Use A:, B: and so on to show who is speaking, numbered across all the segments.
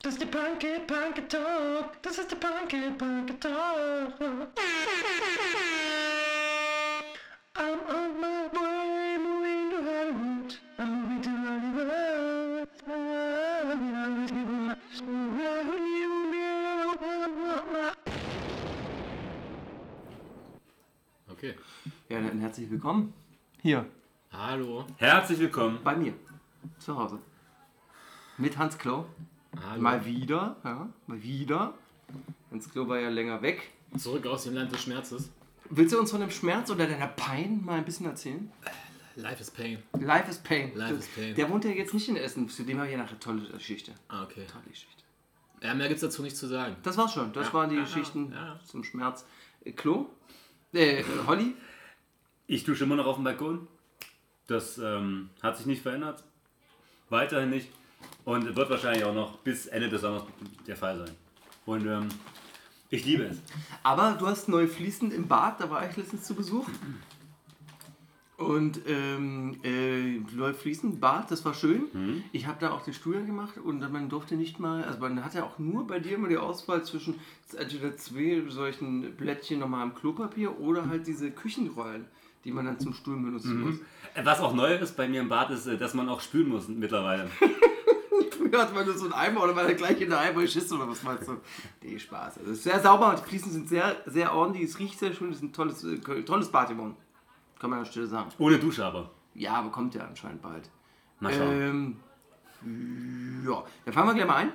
A: Das ist der Punky Punky Talk. Das ist der Punky Punky Talk. I'm on my way, moving to Hollywood. I'm moving to Hollywood. I'll be honest with you, my story. I will leave me alone.
B: Okay.
C: Ja, dann herzlich willkommen hier
B: Hallo.
D: Herzlich willkommen.
C: bei mir zu Hause mit Hans Klo.
B: Hallo.
C: Mal wieder, ja, mal wieder. Hans Klo war ja länger weg.
B: Zurück aus dem Land des Schmerzes.
C: Willst du uns von dem Schmerz oder deiner Pein mal ein bisschen erzählen?
B: Life is pain.
C: Life is Pain.
B: Life is Pain.
C: Der wohnt ja jetzt nicht in Essen, zu dem habe ich ja nachher tolle Geschichte.
B: Ah, okay.
C: Tolle Geschichte.
B: Ja, mehr gibt's dazu nicht zu sagen.
C: Das war's schon. Das waren die Geschichten
B: ja.
C: zum Schmerz. Äh, Klo? Äh, Holly?
D: Ich dusche immer noch auf dem Balkon. Das ähm, hat sich nicht verändert. Weiterhin nicht. Und wird wahrscheinlich auch noch bis Ende des Sommers der Fall sein. Und ähm, ich liebe es.
C: Aber du hast neu fließend im Bad, da war ich letztens zu Besuch. Und ähm, äh, neu fließend Bad, das war schön. Ich habe da auch den Stuhl gemacht und dann- man durfte nicht mal, also man hatte auch nur bei dir immer die Auswahl zwischen entweder zwei solchen Blättchen normalem Klopapier oder halt diese Küchenrollen, die man dann zum Stuhl benutzen muss.
D: Was auch neu ist bei mir im Bad, ist, äh, dass man auch spülen muss mittlerweile.
C: Früher hatte man nur so einen Eimer oder war der gleich in der Eimer geschissen oder was meinst du? Nee, Spaß. Also es ist sehr sauber, die Fliesen sind sehr, sehr ordentlich, es riecht sehr schön, es ist ein tolles, äh, tolles Bad geworden. Kann man an der Stelle sagen.
D: Ohne Dusche aber.
C: Ja, aber kommt ja anscheinend bald.
D: Mal schauen.
C: Ähm, ja, dann fangen wir gleich mal an.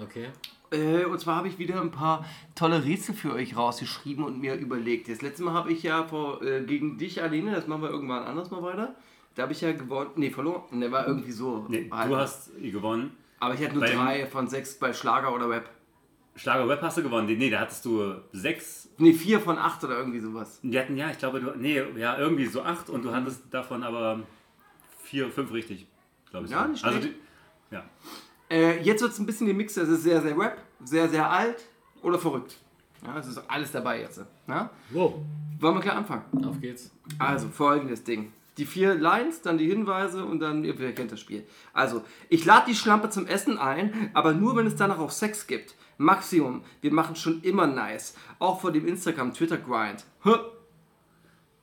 B: Okay.
C: Äh, und zwar habe ich wieder ein paar tolle Rätsel für euch rausgeschrieben und mir überlegt. Das letzte Mal habe ich ja vor, äh, gegen dich alleine, das machen wir irgendwann anders mal weiter. Da habe ich ja gewonnen, nee, verloren, ne, war irgendwie so.
D: nee,
C: Halt.
D: du hast gewonnen.
C: aber ich hatte nur
D: beim-
C: drei von sechs bei Schlager oder Web.
D: Schlager Web hast du gewonnen. Nee, da hattest du sechs.
C: Nee, vier von acht oder irgendwie sowas.
D: Die hatten ja, ich glaube, du. Nee, ja, irgendwie so acht und du hattest davon aber vier, fünf richtig. Glaube ich.
C: Ja,
D: so.
C: nicht
D: also,
C: schlecht.
D: die- ja.
C: Äh, jetzt wird es ein bisschen gemixt, es ist sehr, sehr Rap, sehr, sehr alt oder verrückt. Ja, es ist alles dabei jetzt. Na?
B: Wow.
C: Wollen wir gleich anfangen?
B: Auf geht's.
C: Also, folgendes Ding. Die vier Lines, dann die Hinweise und dann, ihr ihr kennt das Spiel. Also, ich lade die Schlampe zum Essen ein, aber nur, wenn es danach auch Sex gibt. Maximum, wir machen schon immer nice. Auch vor dem Instagram-Twitter-Grind. Hä?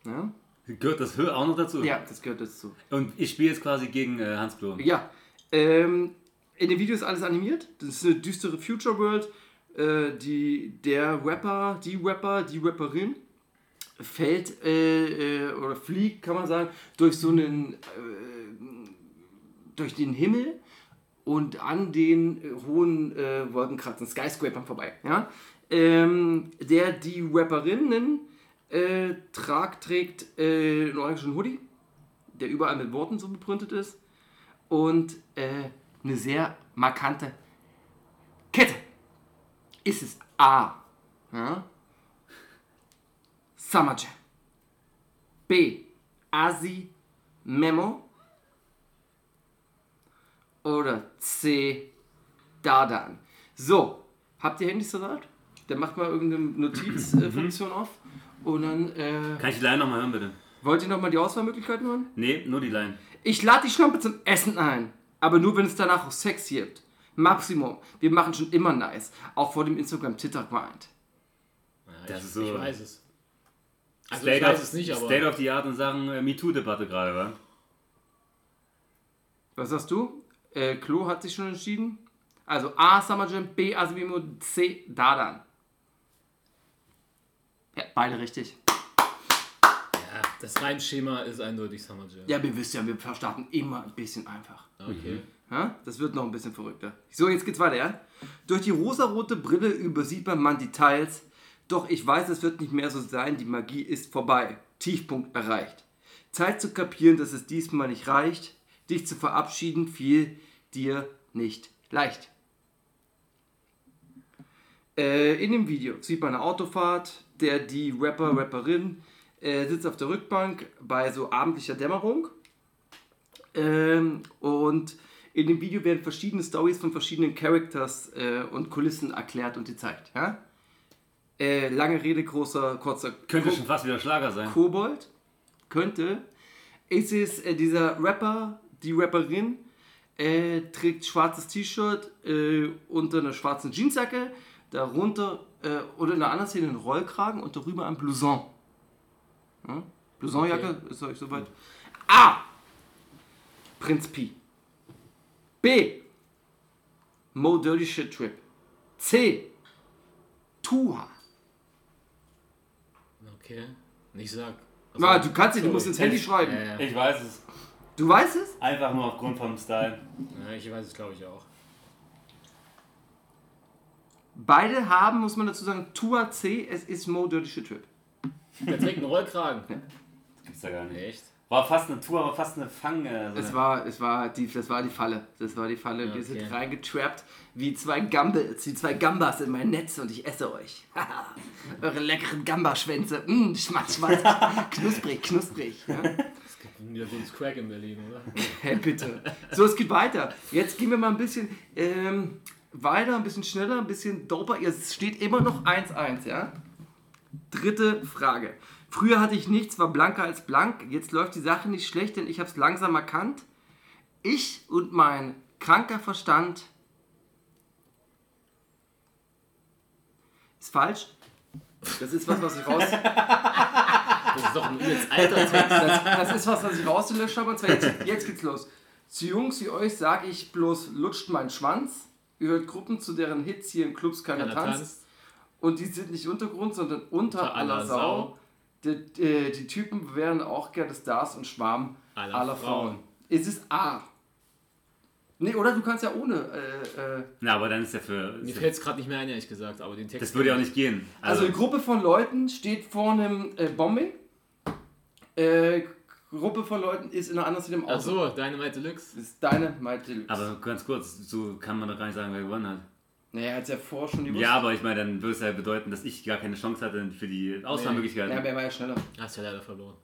C: Ja?
D: Gehört das Hö auch noch dazu?
C: ja, das gehört jetzt zu.
D: Und ich spiele jetzt quasi gegen äh, Hans Klo.
C: Ja. Ähm, in dem Video ist alles animiert. Das ist eine düstere Future World. Äh, die, der Rapper, die Rapper, die Rapperin fällt äh, äh, oder fliegt, kann man sagen, durch so einen, äh, durch den Himmel und an den äh, hohen äh, Wolkenkratzern, Skyscrapern vorbei. Ja? Ähm, der, die Rapperinnen äh, trag, trägt äh, einen orangen Hoodie, der überall mit Worten so beprintet ist und äh, eine sehr markante Kette. Ist es A. Ja? Summer Jam. B. Asi Memo. Oder C. Dardan. So, habt ihr Handys soweit? Dann macht mal irgendeine Notizfunktion auf. Und dann äh,
D: Kann ich die Line nochmal hören, bitte?
C: wollt ihr nochmal die Auswahlmöglichkeiten hören?
D: Nee, nur die Line.
C: Ich lade die Schlampe zum Essen ein, aber nur wenn es danach auch Sex gibt. Maximum, wir machen schon immer nice, auch vor dem Instagram Twitter Grind.
B: Ja,
D: Das
B: ich,
D: ist so-
B: ich weiß es. Also ich weiß es nicht, aber
D: State of the Art und Sachen äh, MeToo-Debatte gerade, wa?
C: Was sagst du? Äh, Klo hat sich schon entschieden. Also A Summer Jam, B Asmimo, C Dadan. Ja, beide richtig.
B: ja, das Reimschema ist eindeutig Summer Jam.
C: Ja, wir wissen ja, wir starten immer ein bisschen einfach.
B: Okay.
C: Ja, das wird noch ein bisschen verrückter. So, jetzt geht's weiter, ja? Durch die rosarote Brille übersieht man man Details. Doch ich weiß, es wird nicht mehr so sein, die Magie ist vorbei. Tiefpunkt erreicht. Zeit zu kapieren, dass es diesmal nicht reicht. Dich zu verabschieden fiel dir nicht leicht. Äh, in dem Video sieht man eine Autofahrt, der die Rapper, Rapperin äh, sitzt auf der Rückbank bei so abendlicher Dämmerung. Ähm, und in dem Video werden verschiedene Stories von verschiedenen Characters äh, und Kulissen erklärt und gezeigt. Ja? Äh, lange Rede, großer, kurzer
D: Könnte
C: Ko-
D: schon fast wieder Schlager sein.
C: Kobold könnte, ist es äh, dieser Rapper, die Rapperin, äh, trägt schwarzes T-Shirt äh, unter einer schwarzen Jeansjacke, darunter äh, oder in einer anderen Szene einen Rollkragen und darüber ein Blouson. Ja? Blousonjacke, ist euch soweit. A. Prinz Pi. B. Mo Dirty Shit Trip. C. Tuha.
D: Mhm.
B: Okay. Ich sag. Also,
C: Na, Ah, du kannst nicht, du musst ins Handy schreiben.
B: Ja, ja.
D: Ich weiß es.
C: Du weißt es?
D: Einfach nur aufgrund vom Style.
B: Ja, äh, ich weiß es, glaube ich, auch.
C: Beide haben, muss man dazu sagen, Tua C, es ist Mo Dirty Shit Trip.
B: Der trägt einen Rollkragen.
D: Das gibt's ja gar nicht.
B: Echt?
D: War fast eine Tour, war fast eine Fang. äh, so
C: Es
D: eine-
C: war, es war die, das war die Falle. Das war die Falle. Wir sind
B: okay.
C: reingetrappt wie zwei Gambas, wie zwei Gambas in mein Netz und ich esse euch. Haha. Eure leckeren Gambaschwänze. Mm, schmatz, schmatz. knusprig, knusprig. Ja?
B: Wieder gutes Crack in Berlin, oder?
C: Hä, bitte. So, es geht weiter. Jetzt gehen wir mal ein bisschen ähm, weiter, ein bisschen schneller, ein bisschen doper. Es steht immer noch 1-1, ja? Dritte Frage. Früher hatte ich nichts, war blanker als blank. Jetzt läuft die Sache nicht schlecht, denn ich habe es langsam erkannt. Ich und mein kranker Verstand ist falsch. Das ist was, was ich raus.
B: Das ist doch ein übelst alter Text.
C: Das, das ist was, was ich rausgelöscht habe. Und zwar jetzt, jetzt geht's los. Zu Jungs wie euch sage ich bloß, lutscht mein Schwanz. Ihr hört Gruppen, zu deren Hits hier in Clubs keiner,
B: Keiner
C: tanzt.
B: tanzt.
C: Und die sind nicht Untergrund, sondern unter,
B: Unter
C: aller,
B: aller
C: Sau. Die, äh, die Typen wären auch gerne Stars und Schwarm aller,
B: Aller
C: Frauen.
B: Frauen.
C: Es ist A. Nee, oder du kannst ja ohne. Äh, äh,
D: Na, aber dann ist ja für.
B: Mir fällt es gerade nicht mehr ein, ehrlich gesagt, aber den Text.
D: Das würde ja auch nicht gehen.
C: Also
D: Also,
C: eine Gruppe von Leuten steht vor einem äh, Bombing. Äh, Gruppe von Leuten ist in einer anderen Szene im Auto.
B: Achso, Dynamite Deluxe.
C: Das ist deine Mike Deluxe.
D: aber ganz kurz, so kann man doch gar nicht sagen, wer gewonnen hat.
C: Naja, er hat ja vorher schon gewusst.
D: Ja, aber ich meine, dann würde es ja bedeuten, dass ich gar keine Chance hatte für die
C: ja,
D: Auswahlmöglichkeiten.
C: aber er war ja schneller.
B: Hast ja leider verloren.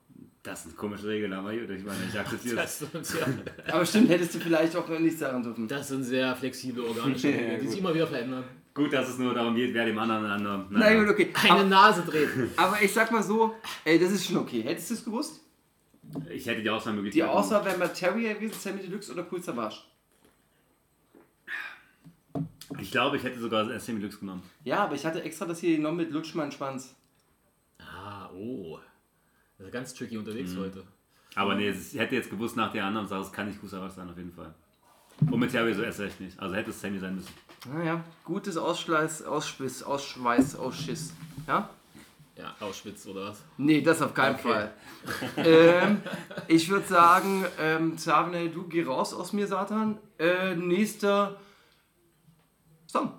D: Das sind komische Regeln, aber gut, ich meine, ich akzeptiere es.
B: Das sind, ja,
C: Aber stimmt, hättest du vielleicht auch noch nichts daran dürfen.
B: das sind sehr flexible organische
C: Ja,
B: Dinge, die
C: gut.
B: sich immer wieder verändern.
D: Gut, dass es nur darum geht, wer dem anderen an der.
C: Na gut, okay.
B: Eine
C: Aber,
B: Nase drehen.
C: aber ich sag mal so, ey, das ist schon okay. Hättest du es gewusst?
D: Ich hätte die Auswahlmöglichkeit.
C: Die Auswahl wäre mal Terry gewesen, Sammy Deluxe oder Cool Savage.
D: Ich glaube, ich hätte sogar Sammy Lux genommen.
C: Ja, aber ich hatte extra das hier genommen mit Lutsch meinen Schwanz.
B: Ah, oh. Das ist ganz tricky unterwegs heute.
D: Aber nee, es- ich hätte jetzt gewusst nach der anderen Sache, es kann nicht Kusavas sein, auf jeden Fall. Und mit Terry so erst recht nicht. Also hätte es Sammy sein müssen.
C: Naja, gutes Ausschweiß, Ausschwiss, Ausschweiß, Ausschiss. Ja?
B: Ja, Auschwitz oder was?
C: Nee, das auf keinen Fall. ähm, ich würde sagen, ähm, Savne, du geh raus aus mir, Satan. Äh, nächster Song.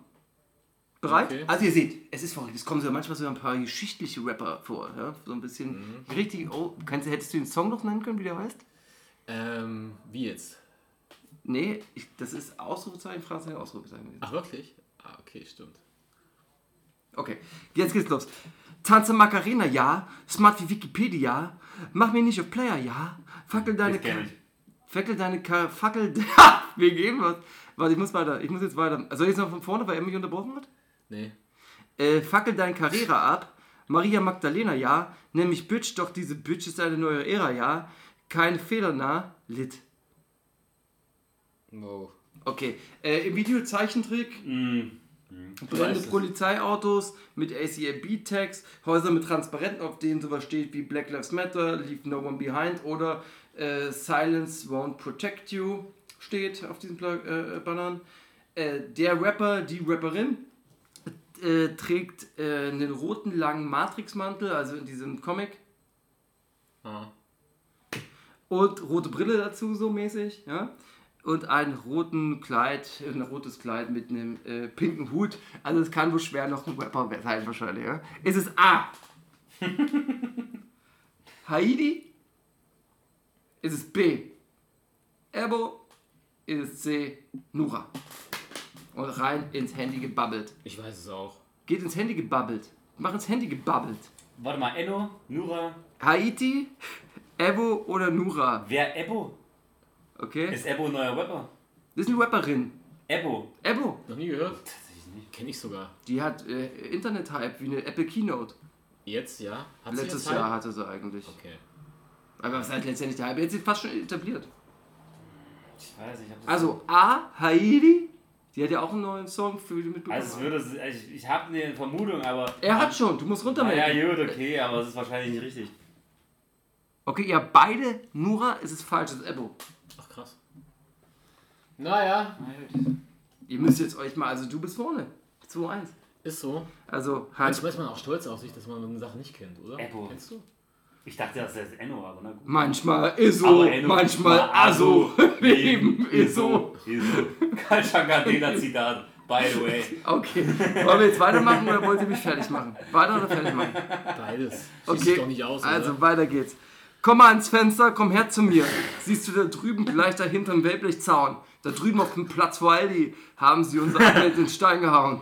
C: Bereit?
B: Okay.
C: Also ihr seht, es ist verrückt. Es kommen so manchmal so ein paar geschichtliche Rapper vor. Ja? So ein bisschen richtig. Oh, kannst, du- hättest du den Song noch nennen können, wie der heißt?
B: Ähm, wie jetzt?
C: Nee, ich, das ist Ausrufezeichen, Fragezeichen, Ausrufezeichen. gewesen.
B: Ach, wirklich? Ah, okay, stimmt.
C: Okay, jetzt geht's los. Tanze Macarena, ja. Smart wie Wikipedia. Mach mir nicht auf Player, ja. Fackel deine
D: Das kenn
C: Ka-
D: ich.
C: Fackel deine Ka Fackel. Ha, Wir geben was. Warte, ich muss weiter. Ich muss jetzt weiter. Soll ich jetzt noch von vorne, weil er mich unterbrochen hat?
B: Nee.
C: Äh, fackel deine Karriere ab. Maria Magdalena, ja. Nämlich Bitch, doch diese Bitch ist eine neue Ära, ja. Keine Fehler, na. Lit.
B: Wow.
C: Okay, äh, im Video Zeichentrick Brennende
B: Mm. weiß es.
C: Polizeiautos mit ACAB-Tags, Häuser mit Transparenten, auf denen sowas steht wie Black Lives Matter, Leave No One Behind oder äh, Silence Won't Protect You steht auf diesen Pla äh, äh, Bannern. Äh, der Rapper, die Rapperin äh, trägt äh, einen roten langen Matrix-Mantel, also in diesem Comic,
B: Ah.
C: und rote Brille dazu so mäßig, ja. Und ein roten Kleid, ein rotes Kleid mit einem äh, pinken Hut. Also es kann wohl schwer noch ein Rapper sein wahrscheinlich, ja. Ist es A. Haiti? Ist es B. Ebo? Ist es C. Nura? Und rein ins Handy gebabbelt.
B: Ich weiß es auch.
C: Geht ins Handy gebabbelt. Mach ins Handy gebabbelt.
D: Warte mal, Enno, Nura,
C: Haiti, Ebo oder Nura?
D: wer Ebo?
C: Okay?
D: Ist Ebo ein neuer Rapper?
C: Das ist eine Rapperin.
D: Ebo.
C: Ebo.
B: Noch nie gehört? Kenn ich sogar.
C: Die hat äh, Internet-Hype wie eine Apple Keynote.
B: Jetzt, ja? Hat sie
C: Letztes
B: jetzt Zeit?
C: Jahr hatte sie eigentlich.
B: Okay.
C: Aber was heißt letztendlich der Hype? Jetzt ist sie fast schon etabliert.
D: Ich weiß, ich hab's.
C: Also A, Haidi, die hat ja auch einen neuen Song für mitbekommen.
D: Also, es würde, es- ich, ich habe eine Vermutung, aber. Ah
C: er hat schon, du musst runtermelden.
D: Ja, gut, okay, aber es ist wahrscheinlich nicht richtig.
C: Okay, ihr habt beide, Nura, es ist falsch, es ist Ebo.
B: Ach krass. Naja,
C: Ihr müsst jetzt euch mal, also du bist vorne. 2-1.
B: ist so.
C: Also
B: Manchmal
C: hat
B: ist man auch stolz auf sich, dass man eine Sache nicht kennt, oder?
D: Echo.
B: Kennst du?
D: Ich dachte, das ist Enno, aber na gut.
C: manchmal Iso,
D: Enno- Ah,
C: manchmal Aso. Leben Iso.
D: Iso. Iso. Kalchangadena Zitat, by the way.
C: Okay. Wollen wir jetzt weitermachen oder wollt ihr mich fertig machen? Weiter oder fertig machen?
B: Beides. Sieht
C: Okay.
B: doch nicht aus,
C: also
B: oder?
C: weiter geht's. Komm mal ans Fenster, komm her zu mir. Siehst du da drüben gleich dahinter im Wellblechzaun? Da drüben auf dem Platz vor Aldi haben sie unser Abbild in den Stein gehauen.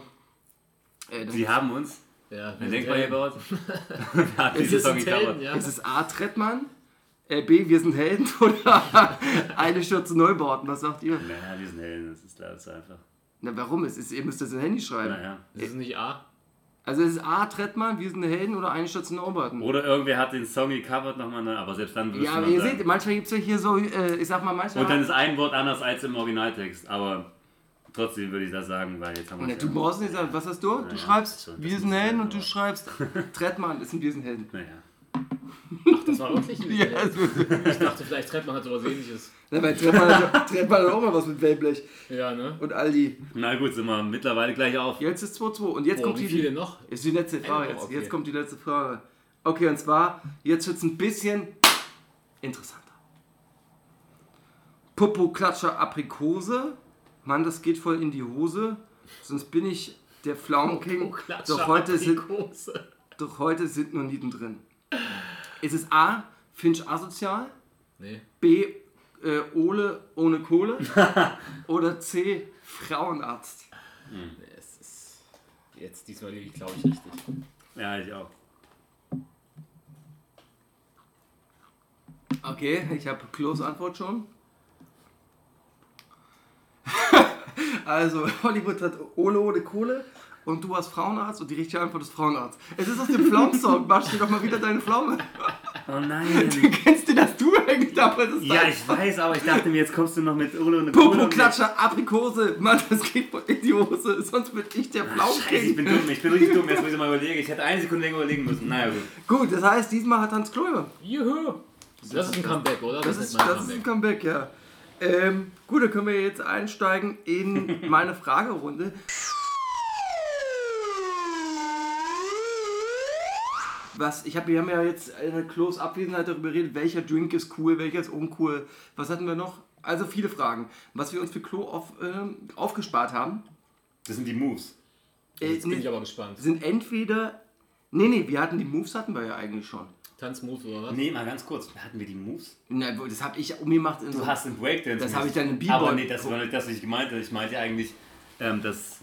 C: Äh, das
D: Sie haben uns.
B: Ja,
D: Dann denkt mal hier bei uns. Wir haben
B: Es
D: diesen
B: ist
D: Song
B: ein Helden,
D: gecovert.
B: ja.
C: Es ist A. Trettmann, äh, B. Wir sind Helden oder eine Stürze Neubauten. Was sagt ihr?
D: Naja, wir sind Helden, das ist klar, das ist einfach.
C: Na, warum? Es ist, ihr müsst das in Handy schreiben.
D: Naja.
B: Ist es nicht A?
C: Also, es ist A. Trettmann, Wir sind Helden oder eine Stürze Neubauten.
D: Oder irgendwer hat den Song gecovert nochmal, ne? aber selbst dann würdest
C: ja,
D: du
C: aber
D: noch
C: ihr
D: sagen.
C: seht, manchmal gibt es ja hier so, äh, ich sag mal, manchmal.
D: Und dann ist ein Wort anders als im Originaltext, aber trotzdem würde ich das sagen, weil jetzt haben wir
C: Na,
D: es
C: du
D: ja.
C: brauchst nicht sagen, was hast du? Du
D: ja,
C: schreibst
D: so, das
C: Wir
D: ist
C: sind
D: ja
C: Helden und du
D: aber-
C: schreibst Trettmann, es sind Wir sind Helden.
D: Naja.
B: Das war wirklich ein
C: Ja, also,
B: Ich dachte, vielleicht trennt man halt sowas ähnliches.
C: na, bei Trettmann Ne, hat Trettmann hat auch mal was mit Wellblech
B: Ja, ne?
C: und Aldi.
D: Na gut, sind wir mittlerweile gleich auf.
C: Jetzt ist 2-2 und jetzt
B: Boah,
C: kommt
B: Oh, wie
C: die.
B: viele noch?
C: Ist die letzte Frage.
B: Oh,
C: Jetzt,
B: okay.
C: jetzt kommt die letzte Frage. Okay, und zwar, jetzt wird es ein bisschen interessanter. Popo Klatscher Aprikose. Mann, das geht voll in die Hose. Sonst bin ich der Pflaumenking. Doch heute, sind,
B: Aprikose.
C: doch heute sind nur Nieten drin. Ist es A, Finch asozial?
B: Nee.
C: B, äh, Ole ohne Kohle? oder C, Frauenarzt?
B: Es ist. Jetzt diesmal liege ich, glaube ich, richtig.
D: Ja, ich auch.
C: Okay, ich habe Klos Antwort schon. also, Hollywood hat Ole ohne Kohle und du hast Frauenarzt und die richtige Antwort ist Frauenarzt. Es ist aus dem Pflaumensong, wasch dir doch mal wieder deine Pflaume.
D: Oh nein.
C: Du kennst den hast du eigentlich damals? das
D: ja,
C: dein-
D: ich weiß, aber ich dachte mir, jetzt kommst du noch mit Ole und Ole
C: Popo,
D: und-
C: Klatscher, Aprikose, Mann, das geht voll in die Hose, sonst bin ich der
D: Scheiße, ich
C: Pflaumenkrieg.
D: bin dumm, ich bin richtig dumm, jetzt muss ich mal überlegen. Ich hätte eine Sekunde länger überlegen müssen. Naja, gut.
C: Gut, das heißt, diesmal hat Hans Klo gewonnen.
B: Juhu! Das ist ein Comeback, oder?
C: Das
B: nennt
C: ist,
B: man ein
C: das ist ein Comeback, ja. Ähm, gut, dann können wir jetzt einsteigen in meine Fragerunde. Was, ich hab, wir haben ja jetzt in der Close-Abwesenheit darüber geredet, welcher Drink ist cool, welcher ist uncool. Was hatten wir noch? Also viele Fragen. Was wir uns für Klo auf, ähm, aufgespart haben,
D: Das sind die Moves.
C: äh,
B: Jetzt bin ich aber gespannt.
C: sind entweder... Nee, nee, wir hatten die Moves, hatten wir ja eigentlich schon.
B: Tanzmove oder was?
D: Nee, mal ganz kurz. Hatten wir die Moves?
C: Na, das habe ich umgemacht in so...
D: Du hast einen Breakdance.
C: Das habe ich dann in B-Boy
D: Aber nee, das war nicht das, was ich gemeint habe. Ich meinte eigentlich ähm, das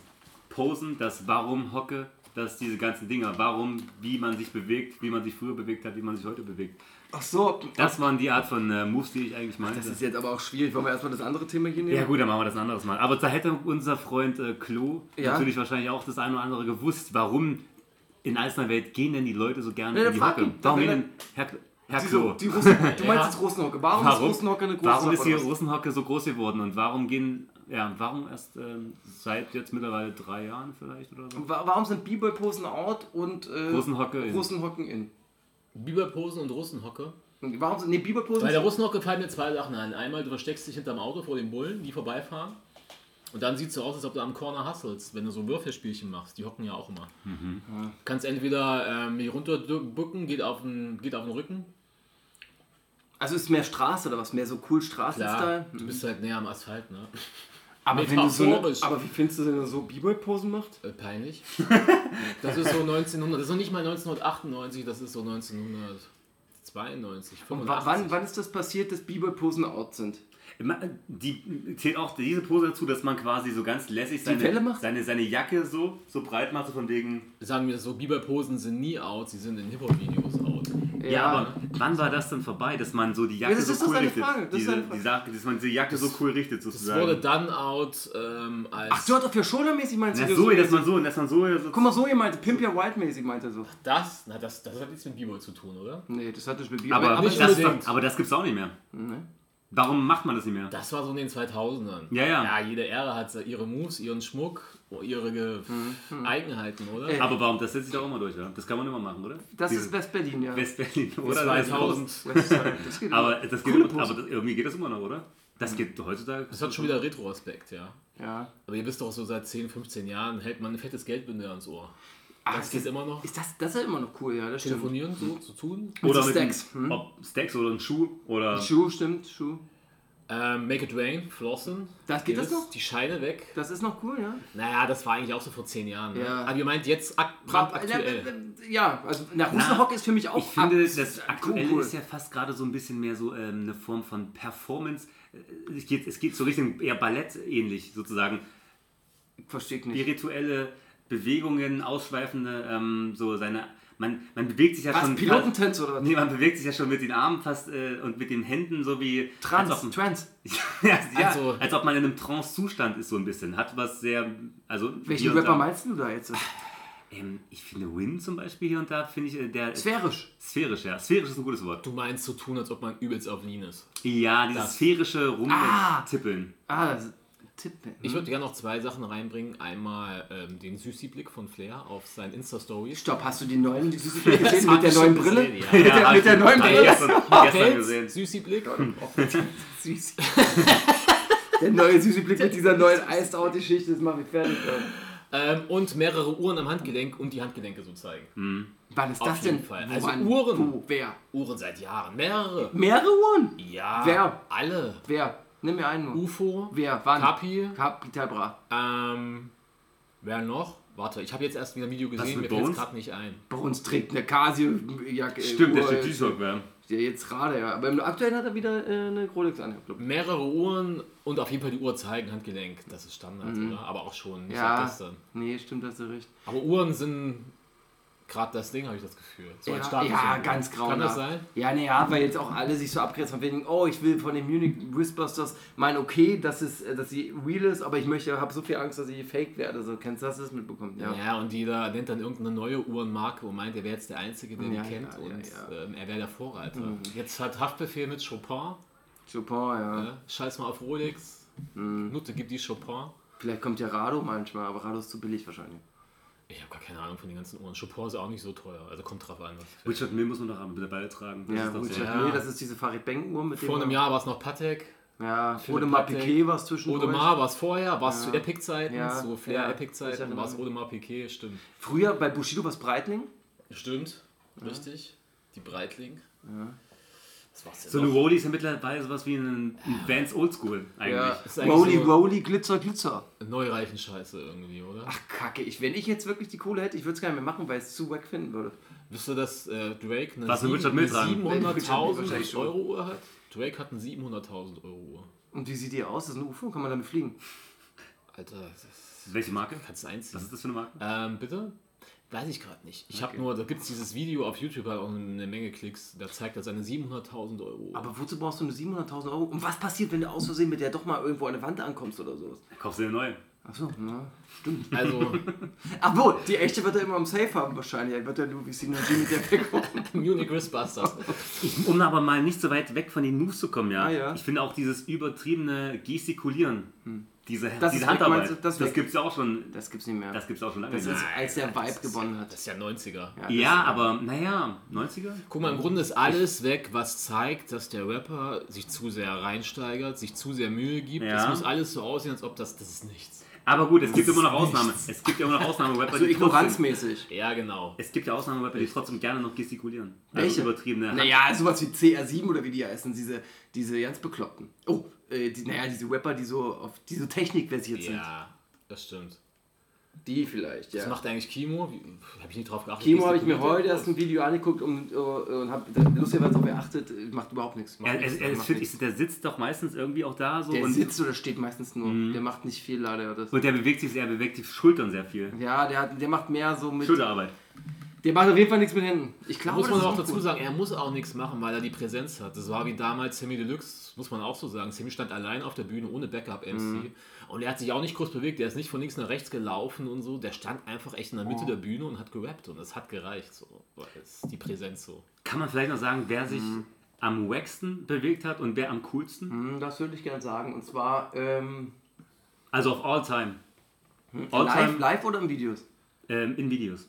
D: Posen, das Warum hocke, das diese ganzen Dinger. Warum, wie man sich bewegt, wie man sich früher bewegt hat, wie man sich heute bewegt.
C: Ach so,
D: Das waren die Art von äh, Moves, die ich eigentlich meinte.
C: Das ist jetzt aber auch schwierig. Wollen wir erstmal das andere Thema hier nehmen?
D: ja gut, dann machen wir das ein anderes Mal. Aber da hätte unser Freund äh, Klo
C: Ja.
D: natürlich wahrscheinlich auch das eine oder andere gewusst, warum in einer Welt gehen denn die Leute so gerne
C: Ja,
D: in die
C: frag
D: Hocke.
C: ihn.
D: Warum
C: Dann
D: gehen
C: will
D: denn Herr, Herr
C: Die,
D: Klo?
C: so, die Russen, du meinst
B: Ja.
C: jetzt Russenhocke. Warum, ist
D: Warum,
C: Russenhocke eine große
D: warum ist
C: Sache,
D: die
C: oder was?
D: Russenhocke so groß geworden und warum gehen, ja, warum erst ähm, seit jetzt mittlerweile drei Jahren vielleicht oder so?
C: Wa- Warum sind B-Boy-Posen out und äh,
D: Russenhocke in.
C: Russenhocken in?
B: Biberposen und Russenhocke.
C: Und Warum sind nee, B-Boy-Posen?
B: Bei der Russenhocke fallen mir zwei Sachen ein. Einmal, du versteckst dich hinterm Auto vor den Bullen, die vorbeifahren. Und dann sieht es so aus, als ob du am Corner hustlest, wenn du so Würfelspielchen machst. Die hocken ja auch immer. Kannst entweder ähm, hier runterbücken, geht auf, den, geht auf den Rücken.
C: also ist mehr Straße oder was? Mehr so cool
B: Klar,
C: Straßenstyle? Hm.
B: du bist halt näher am Asphalt, ne?
C: Aber, wenn du so eine,
B: metaphorisch.
C: aber wie findest du, wenn er so B-Boy-Posen macht?
B: Äh, Peinlich. Das ist so 1900, das ist noch nicht mal 1998, das ist so 1992,
C: Und wa- wann,
B: 85.
C: wann ist das passiert, dass B-Boy-Posen out sind?
D: Immer, äh, Die zählt auch diese Pose dazu, dass man quasi so ganz lässig
C: Welle
D: seine,
C: macht?
D: seine, seine Jacke so, so breit macht, so von wegen.
B: Sagen wir so, Bieber-Posen sind nie out, sie sind in Hip-Hop-Videos out.
D: Ja. aber wann war das denn vorbei, dass man so die Jacke
C: Ja, das ist
D: so
C: doch
D: cool
C: seine
D: richtet?
C: Frage, das ist
D: Diese,
C: seine Frage.
D: Die Sache, dass man die Jacke so cool richtet
B: Es wurde
D: sozusagen.
B: dann out, ähm, als.
C: Ach, Dirt of Your Shoulder-mäßig meinst
D: Na,
C: du?
D: so, dass man so, dass man so, so
C: Guck mal, so ihr meinte, Pimp Your Wild-mäßig meinte er so.
B: Das, na, das, das hat nichts mit Bieber zu tun, oder?
C: Nee, das hat nicht mit B-Boy
D: aber,
B: aber
D: aber,
B: nicht
D: das,
B: unbedingt.
D: aber das gibt's auch nicht mehr. Warum macht man das nicht mehr?
B: Das war so in den 2000ern.
D: Ja, ja.
B: Ja, jede Ära hat so ihre Moves, ihren Schmuck, ihre Ge Mhm. Eigenheiten, oder?
C: Äh,
D: Aber warum? Das setzt sich doch immer durch, oder? Das kann man immer machen, oder?
C: Das
D: Diese
C: ist West-Berlin, ja.
D: West-Berlin, oder?
B: war
D: Das ist
B: tausend.
D: groß.
C: West Side, das geht
D: Aber, das geht
C: Coole
D: immer,
C: Pose.
D: aber das, irgendwie geht das immer noch, oder? Das geht heutzutage.
B: Das hat schon wieder Retro-Aspekt, ja.
C: ja.
B: Aber ihr wisst doch, so seit 10, 15 Jahren hält man ein fettes Geldbündel ans Ohr.
C: Ah,
B: Das geht immer noch.
C: Ist das, das ist ja immer noch cool, ja, das stimmt.
B: Telefonieren, so zu tun.
D: Oder
C: zu
D: mit einem-
C: Stacks, hm?
D: ob Stacks oder ein Schuh oder.
C: Schuh, stimmt, Schuh.
B: Ähm, Make it rain, flossen.
C: Das geht das
B: Dieses,
C: noch?
B: Die Scheine weg.
C: Das ist noch cool, ja.
B: Naja, das war eigentlich auch so vor 10 Jahren. Ne?
C: Ja.
B: Aber ihr meint jetzt ak aktuell.
C: Äh, Ja, also nach Russenhock ist für mich auch
D: Ich finde,
C: ab-
D: das Aktuelle
C: cool.
D: ist ja fast gerade so ein bisschen mehr so ähm, eine Form von Performance. Äh, Es geht, es geht so Richtung eher Ballett ähnlich sozusagen.
C: Verstehe ich nicht.
D: Spirituelle Bewegungen, ausschweifende, ähm, so seine. Man, man bewegt sich ja
C: Was,
D: schon.
C: Pilotentänze oder was?
D: Nee, man bewegt sich ja schon mit den Armen fast äh, und mit den Händen so wie. als
C: Trans,
D: ob-
C: Trans.
D: ja, ja,
B: Also-
D: als ob man in einem Trance-Zustand ist, so ein bisschen. Hat was sehr. Also,
C: Welchen
D: hier und da-
C: Rapper meinst du da jetzt?
D: Ähm, ich finde Win zum Beispiel hier und da, finde ich, äh, der.
C: Sphärisch.
D: Sphärisch, ja. Sphärisch ist ein gutes Wort.
B: Du meinst zu tun, als ob man übelst auf Lean ist.
D: Ja, dieses
B: Das.
D: sphärische Rumtippeln.
C: Ah, das Tipp. Hm?
B: Ich würde gerne noch zwei Sachen reinbringen. Einmal ähm, den Süßi-Blick von Flair auf sein Insta-Story.
C: Stopp, hast du die neuen die süße Brille gesehen
B: hab
C: mit der
B: ich
C: neuen
B: schon
C: Brille?
B: gesehen, ja.
C: Mit der, mit der neuen
D: hab ich
C: Brille?
D: gestern, gestern gesehen.
B: Süßi-Blick.
C: Süß. Der neue süße Blick mit dieser neuen Iced-Out-Geschichte, das macht mich fertig. Alter.
B: Ähm, und mehrere Uhren am Handgelenk, um die Handgelenke zu zeigen.
C: Hm. Wann ist
B: Auf
C: das
B: jeden
C: denn?
B: Fall. Also
C: Woran?
B: Uhren.
C: Wo? Wer?
B: Uhren seit Jahren. Mehrere.
C: Mehrere Uhren?
B: Ja.
C: Wer?
B: Alle.
C: Wer? Nimm mir einen. Nur.
B: UFO.
C: Wer? Wann?
B: Kapi.
C: Kapital Bra.
B: Ähm, wer noch? Warte, ich habe jetzt erst wieder ein Video gesehen, mir
D: mit
B: fällt es
D: Bones?
B: gerade nicht ein.
C: Bei uns trägt eine Casio-Jacke.
D: Stimmt, der
C: Uhr,
D: steht
C: äh,
D: G-Shock, ja.
C: Ja, jetzt gerade, ja. Aber im aktuellen hat er wieder äh, eine Rolex an, glaub ich.
B: Mehrere Uhren und auf jeden Fall die Uhr zeigen, Handgelenk. Das ist Standard, oder? Aber auch schon, nicht
C: Mhm. Ja.
B: seit gestern.
C: Nee, stimmt, hast du recht.
B: Aber Uhren sind gerade das Ding, habe ich das Gefühl. So ein
C: ja,
B: starkes
C: ja
B: Symbol.
C: ganz grau.
B: Kann das sein?
C: Ja, nee, ja, weil jetzt auch alle sich so abgrenzen von wegen, oh, ich will von den Munich Whispbusters mein okay, dass, es, äh, dass sie real ist, aber ich möchte, habe so viel Angst, dass ich gefaked werde. So, kennst du das, das mitbekommen? Ja.
B: Ja. und jeder nennt dann irgendeine neue Uhrenmarke und meint, er wäre jetzt der Einzige, der
C: Ja,
B: die kennt
C: ja, ja,
B: und
C: ja.
B: Ähm,
C: Mhm.
B: er wäre der Vorreiter. Jetzt hat Haftbefehl mit Chopin.
C: Chopin, ja.
B: Ne? Scheiß mal auf Rolex.
C: Mhm.
B: Nutte gibt die Chopin.
C: Vielleicht kommt ja Rado manchmal, aber Rado ist zu billig wahrscheinlich.
B: Ich habe gar keine Ahnung von den ganzen Uhren. Chopin ist auch nicht so teuer, also kommt drauf an. was für-
D: Richard Mill muss man doch am- dabei tragen. Das
C: Ja,
D: ist doch
C: gut,
D: so.
C: ja. Nee, das ist diese Farid Bang Uhr mit dem.
B: Vor einem Jahr war es noch Patek.
C: Ja,
B: Philipp
C: Odemar
B: Patek.
C: Piquet war es zwischen
B: Odemar war es vorher, war es zu Epic-Zeiten,
C: Ja,
B: zu Flair
C: ja, ich
B: Epic-Zeiten,
C: erinnere
B: war es
C: mich.
B: Odemar Piquet, stimmt.
C: Früher bei Bushido war es Breitling.
B: Stimmt, richtig. Die Breitling. Das war's ja
D: So eine Rollie ist ja mittlerweile sowas wie ein, ein Vans Oldschool eigentlich.
C: Ja.
B: ist eigentlich
C: Rolly,
B: so-
C: Rolly, Glitzer, Glitzer.
B: Neureichenscheiße irgendwie, oder?
C: Ach, Kacke, ich, wenn ich jetzt wirklich die Kohle hätte, ich würde es gar nicht mehr machen, weil ich es zu wack finden würde.
B: Wisst ihr, dass äh, Drake eine,
D: Was, mit Richard
B: eine
D: Mill tragen?
C: Wahrscheinlich
B: 700.000
C: schon.
B: Euro Uhr hat? Drake hat eine 700.000 Euro Uhr.
C: Und wie sieht die aus? Das ist ein UFO, kann man damit fliegen?
B: Alter, das ist-
D: Welche Marke?
B: kannst du einziehen.
D: Was ist das für eine Marke?
B: Ähm, bitte? Weiß ich gerade nicht. Ich habe nur, da gibt es dieses Video auf YouTube, hat auch eine Menge Klicks, da zeigt er seine 700.000 Euro.
C: Aber wozu brauchst du eine 700.000 Euro? Und was passiert, wenn du aus Versehen mit der doch mal irgendwo an der Wand ankommst oder sowas?
D: Kaufst du eine neue?
C: Achso, ja.
B: Also,
C: Obwohl, die echte wird er immer am Safe haben wahrscheinlich. Er wird ja nur wie sie nur die mit der wegkommen.
B: Munich Wristbusters.
D: Um aber mal nicht so weit weg von den Moves zu kommen, ja.
C: Ah, ja. Hm.
D: Ich finde auch dieses übertriebene Gestikulieren, diese,
C: Das
D: diese
C: ist weg,
D: Handarbeit,
C: meinst du? Das
D: das,
C: ist weg.
D: gibt's ja auch schon.
C: Das gibt's nicht mehr.
D: Das
C: Das,
D: gibt's auch schon lange.
C: ist,
D: nicht mehr.
C: als der Vibe gewonnen
B: Das
C: hat.
B: ist ja 90er.
C: Ja,
D: ja, aber naja, 90er?
B: Guck mal, im Grunde ist alles weg, was zeigt, dass der Rapper sich zu sehr reinsteigert, sich zu sehr Mühe gibt.
D: Ja.
B: Es muss alles so aussehen, als ob das, das ist nichts.
D: Aber gut, es gibt immer noch Ausnahmen. Es gibt ja immer noch Ausnahmen.
C: So ignoranzmäßig.
B: Ja, genau.
D: Es gibt ja Ausnahmeweapper, die trotzdem gerne noch gestikulieren.
C: Welche?
D: Also übertriebene Hand-
C: Naja, sowas wie CR7 oder wie die heißen, diese, diese ganz bekloppten. Oh, äh, die, naja, diese Rapper, die so auf diese so technikversiert
B: Ja, das stimmt.
C: sind. Die vielleicht, ja.
B: Was macht eigentlich Kimo? Habe ich nicht drauf geachtet.
C: Kimo habe ich mir heute
B: Gestikuliert
C: erst ein Video angeguckt und, äh, und habe lustigerweise darauf geachtet, äh, macht überhaupt nichts. Macht
D: Er,
C: nichts,
D: er, er,
C: macht
D: ist,
C: nichts.
D: ich, der sitzt doch meistens irgendwie auch da so
C: der
D: und,
C: sitzt oder steht meistens nur.
B: Mhm.
C: Der macht nicht viel leider. Das.
D: und der bewegt sich sehr, bewegt die Schultern sehr viel.
C: Ja, der, hat, der macht mehr so mit.
D: Schulterarbeit.
C: Der macht auf jeden Fall nichts mit Händen. Ich glaube,
B: Muss man
C: das
B: auch
C: ist
B: dazu
C: gut.
B: sagen, er muss auch nichts machen, weil er die Präsenz hat. Das war wie damals Sammy Deluxe, muss man auch so sagen. Sammy stand allein auf der Bühne ohne Backup-MC.
C: Mhm.
B: Und er hat sich auch nicht groß bewegt, er ist nicht von links nach rechts gelaufen und so. Der stand einfach echt in der
C: Oh.
B: Mitte der Bühne und hat gerappt und es hat gereicht. So. Weil es die Präsenz so.
C: Mhm.
D: Kann man vielleicht noch sagen, wer sich am wacksten bewegt hat und wer am coolsten?
C: Hm, Das würde ich gerne sagen. Und zwar ähm,
D: Also auf all time. All
C: live,
D: time
C: live oder in Videos?
D: ähm, in Videos.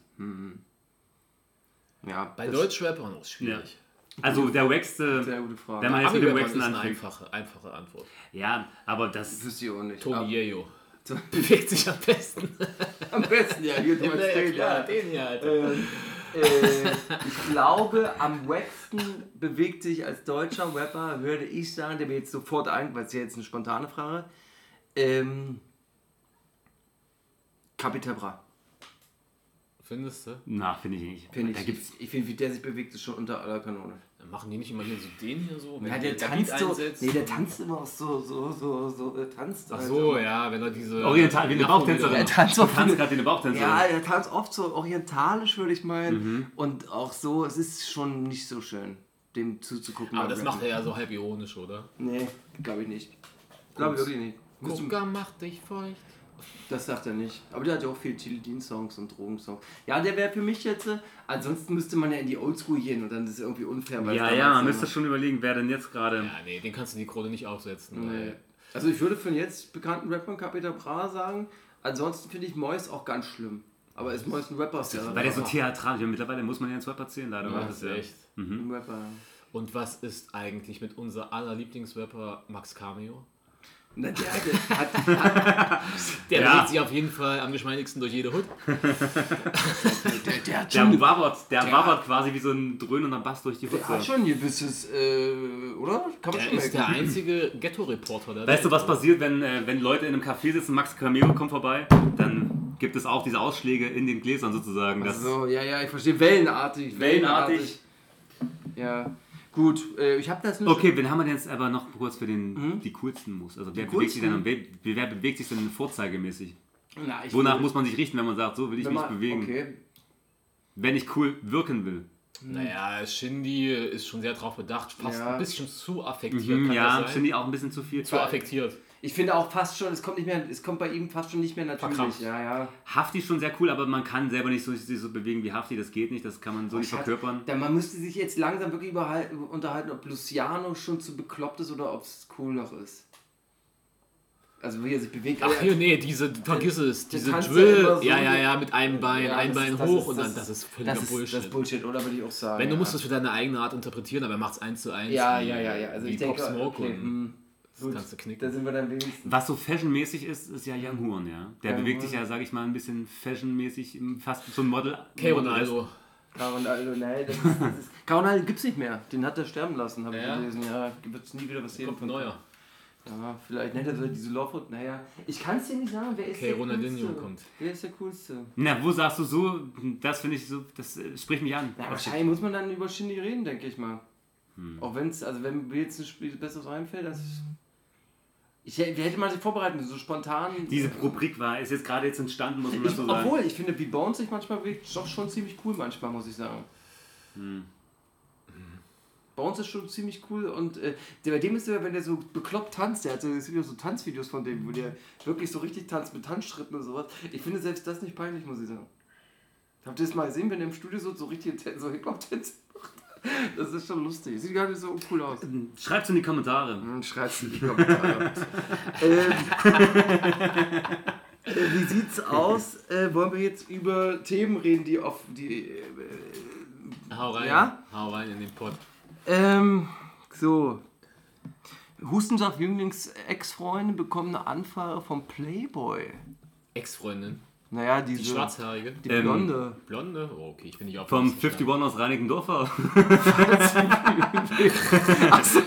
C: Ja,
B: Bei
C: das-
B: Deutschrappern ist schwierig.
D: Also der wackste,
C: Sehr gute Frage.
D: wenn man jetzt mit dem
B: Ami-Rappern ist
D: wacksten
B: eine
D: anfängt.
B: einfache, einfache Antwort.
D: Ja, aber das
C: wüsste ich auch nicht.
B: Tony Yeo.
C: So-
B: Bewegt sich am besten.
C: Ab- Am besten, ja. Hier, halt. du
B: Ja,
C: erzählst,
B: klar,
C: ja.
B: den hier, halt. Alter.
C: Ähm, äh, ich glaube, am wacksten bewegt sich als deutscher Rapper, würde ich sagen, der mir jetzt sofort ein, weil es ja jetzt eine spontane Frage, ähm, Capital Bra.
B: Findest du?
D: na, finde ich nicht.
C: Finde
D: da
C: ich.
D: gibt's
C: Ich finde, wie der sich bewegt, ist schon unter aller Kanone.
B: Dann machen die nicht immer hier so den hier so? Wenn
C: Ja, der
B: Beat
C: tanzt so.
B: einsetzt?
C: Nee, der tanzt immer auch so, so, so, so, der tanzt.
B: Ach
C: halt
B: so,
C: immer.
B: ja, wenn er diese.
D: Oriental, wie eine
B: Afro-
D: Bauchtänzerin.
C: Der tanzt
D: Du
C: auch
D: kannst gerade eine Bauchtänzerin.
C: Ja, er tanzt oft so orientalisch, würde ich meinen.
B: Mhm.
C: Und auch so, es ist schon nicht so schön, dem zuzugucken.
B: Aber
C: beim
B: das macht er
C: Rappen.
B: ja so halb ironisch, oder?
C: Nee, glaube ich nicht. Glaube ich wirklich nicht. Musst du,
B: Gucker macht dich feucht.
C: das sagt er nicht. Aber der hat ja auch viel Teledin-Songs und Drogensongs. Ja, der wäre für mich jetzt. äh, Ansonsten müsste man ja in die Oldschool gehen und dann ist es irgendwie unfair. weil es
D: ja,
C: damals
D: ja,
C: so
D: man müsste
C: war.
D: schon überlegen, wer denn jetzt gerade.
B: Ja, nee, den kannst du die Krone nicht aufsetzen.
C: Nee.
B: weil-
C: Also ich würde für den jetzt bekannten Rapper Capital Bra sagen, ansonsten finde ich Mois auch ganz schlimm. Aber ist Mois ein Rapper? Ja,
D: Weil der so theatralisch ja, mittlerweile muss man ja ins Rapper zählen, leider.
B: Ja,
D: Das
B: das
D: ist
B: ist
D: ja-
B: echt.
C: ein Rapper.
B: Und was ist eigentlich mit unser aller Lieblingsrapper Max Cameo?
C: Na, der hat, hat,
B: Der
D: Ja.
B: bewegt sich auf jeden Fall am geschmeidigsten durch jede Hood.
C: Der, der hat schon,
D: Der wabert, der wabert quasi wie so ein dröhnender Bass durch die
C: der hat
D: Hutze.
C: schon ein gewisses, äh, oder? Kann man
B: Er
C: schon
B: ist der
C: merken.
B: einzige Ghetto-Reporter da.
D: Weißt du, was passiert, wenn, äh, wenn Leute in einem Café sitzen, Max Cameo kommt vorbei, dann gibt es auch diese Ausschläge in den Gläsern sozusagen. Das
C: Also, ja, ja, ich verstehe. Wellenartig.
D: Wellenartig.
C: Ja. Gut, äh, ich habe das nur
D: Okay, wen haben wir denn jetzt aber noch kurz für den, die coolsten Moves? Also wer bewegt, sich denn,
C: Mhm. coolsten?
D: am be- wer bewegt sich denn vorzeigemäßig?
C: schon. Na, ich
D: Wonach
C: will-
D: muss man sich richten, wenn man sagt, so will ich
C: wenn
D: mich
C: man-
D: bewegen,
C: Okay.
D: wenn ich cool wirken will?
B: Naja, Shindy ist schon sehr drauf bedacht, fast
C: Ja.
B: ein bisschen zu affektiert.
D: Mhm,
B: kann
D: ja,
B: das sein?
D: finde ich auch ein bisschen zu viel.
B: Zu affektiert.
C: Ich finde auch fast schon, es kommt nicht mehr, es kommt bei ihm fast schon nicht mehr natürlich.
B: Verkrampft.
C: Ja, ja.
D: Hafti ist schon sehr cool, aber man kann selber nicht so, sich so bewegen wie Hafti, das geht nicht, das kann
C: Oh,
D: man so nicht verkörpern.
C: Dann, man müsste sich jetzt langsam wirklich überhal- unterhalten, ob Luciano schon zu bekloppt ist oder ob es cool noch ist. Also wie er sich bewegt.
B: Ach
C: Also,
B: hier, nee, diese, vergiss es, diese
C: tanzt ja
B: Drill.
C: immer so.
B: ja, ja, ja, mit einem Bein,
C: Ja,
B: ein
C: das
B: Bein
C: ist- das
B: hoch
C: ist-
B: und dann,
C: das
B: das
C: ist-
B: ist völliger
C: das ist,
B: Bullshit.
C: Das ist Bullshit, oder würde ich auch sagen.
B: Wenn du
C: ja.
B: musst es für deine eigene Art interpretieren, aber er macht es eins zu eins.
C: Ja,
B: wie-
C: ja, ja, ja. Also
B: wie
C: ich denke,
B: Pop Smoke
C: okay,
B: und
C: hm,
B: das kannst du
C: da
B: knicken.
C: sind wir dann wenigstens.
D: Was so fashionmäßig ist, ist ja Young Horn, ja. Der
C: Young
D: bewegt
C: Horn.
D: sich ja, sag ich mal, ein bisschen fashionmäßig, fast so ein Model.
B: Okay,
D: Model
C: also.
B: Ronaldo.
C: Caronaldo, nein, das ist. Das ist Caronaldo gibt's nicht mehr. Den hat er sterben lassen, habe
B: Ja?
C: ich gelesen. Ja, wird's nie wieder was
B: Kommt ein neuer.
C: Ja, vielleicht nennt er so diese Lawford. Naja, ich kann es dir nicht sagen, wer ist
B: Okay,
C: der
B: Ronaldinho
C: coolste?
B: kommt.
C: Wer ist der coolste?
D: Na, wo sagst du so, das finde ich so, das äh, spricht mich an.
C: Ja, wahrscheinlich muss man dann über Shindy reden, denke ich mal. Auch wenn es, also wenn mir jetzt ein Spiel besseres einfällt, das ich, hätte- wie hätte man sich vorbereiten, so spontan.
D: Diese Rubrik war, ist jetzt gerade jetzt entstanden, muss man
C: ich,
D: dazu um sagen.
C: obwohl, ich finde, wie Bones sich manchmal bewegt, doch schon ziemlich cool manchmal, muss ich sagen. Bones ist schon ziemlich cool und äh, der, bei dem ist der, wenn der so bekloppt tanzt, der hat so, es gibt ja so Tanzvideos von dem, wo der wirklich so richtig tanzt mit Tanzschritten und sowas. Ich finde selbst das nicht peinlich, muss ich sagen. Habt ihr das mal gesehen, wenn der im Studio so, so richtig Tän- so Hip-Hop-Tänze macht? Das ist schon lustig. Sieht gar nicht so cool aus.
D: Schreibt's in die Kommentare.
C: Hm, Schreibt's in die Kommentare. ähm, äh, wie sieht's aus? Äh, wollen wir jetzt über Themen reden, die auf die. Äh,
B: Hau rein.
C: Ja?
B: Hau rein in den Pott.
C: ähm, so. Hustensaft Jünglings Ex-Freundin bekommt eine Anfrage vom Playboy.
B: Ex-Freundin.
C: Naja, diese.
B: Die schwarzhaarige.
C: die
D: Ähm,
C: Blonde.
B: Blonde? Oh, okay, ich bin nicht auf
D: Vom
B: dem Stand.
D: 51 aus Reinickendorfer.
C: Achso!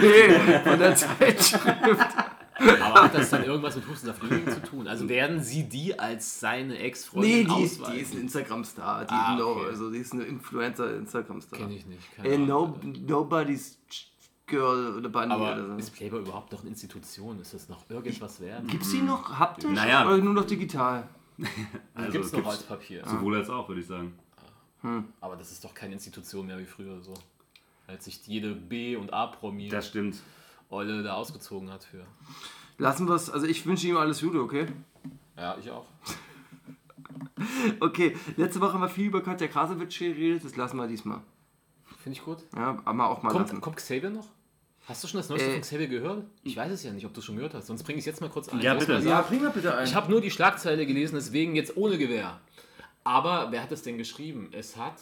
C: nee, von der Zeitschrift.
B: Aber hat das dann irgendwas mit Hustensaft Jüngling zu tun? Also werden sie die als seine
C: Nee,
B: Ex-Freundin
C: die ist, die
B: ausweisen?
C: ist ein Instagram-Star. Die,
B: Ah,
C: no,
B: okay.
C: also, die ist eine Influencer-Instagram-Star.
B: Kenn ich nicht. Keine
C: Äh,
B: Ahnung,
C: no,
B: Alter.
C: nobody's girl oder Bunny
B: Aber
C: oder
B: ist
C: so.
B: Playboy überhaupt noch eine Institution? Ist das noch irgendwas wert?
C: Gibt's die noch haptisch
D: Naja.
C: oder nur noch digital?
D: Also
B: Gibt's noch
D: gibt's
B: als Papier.
D: sowohl als auch, würde ich sagen.
B: Aber das ist doch keine Institution mehr wie früher so. Als sich jede B- und A-Promi-Olle
D: Das stimmt.
B: da ausgezogen hat für.
C: Lassen wir's. Also ich wünsche ihm alles Gute, okay?
B: Ja, ich auch.
C: Okay, letzte Woche haben wir viel über Katja Krasowitsch geredet, das lassen wir diesmal.
B: Finde ich gut.
E: Ja, aber auch mal
B: Kommt,
E: lassen.
B: kommt Xavier noch? Hast du schon das Neueste
E: Äh.
B: von Xavier gehört? Ich weiß es ja nicht, ob du schon gehört hast, sonst bringe ich es jetzt mal kurz ein.
D: Ja,
B: Du hast
D: bitte.
B: mal gesagt,
C: Ja, bring mal bitte ein.
B: Ich habe nur die Schlagzeile gelesen, deswegen jetzt ohne Gewehr. Aber wer hat es denn geschrieben? Es hat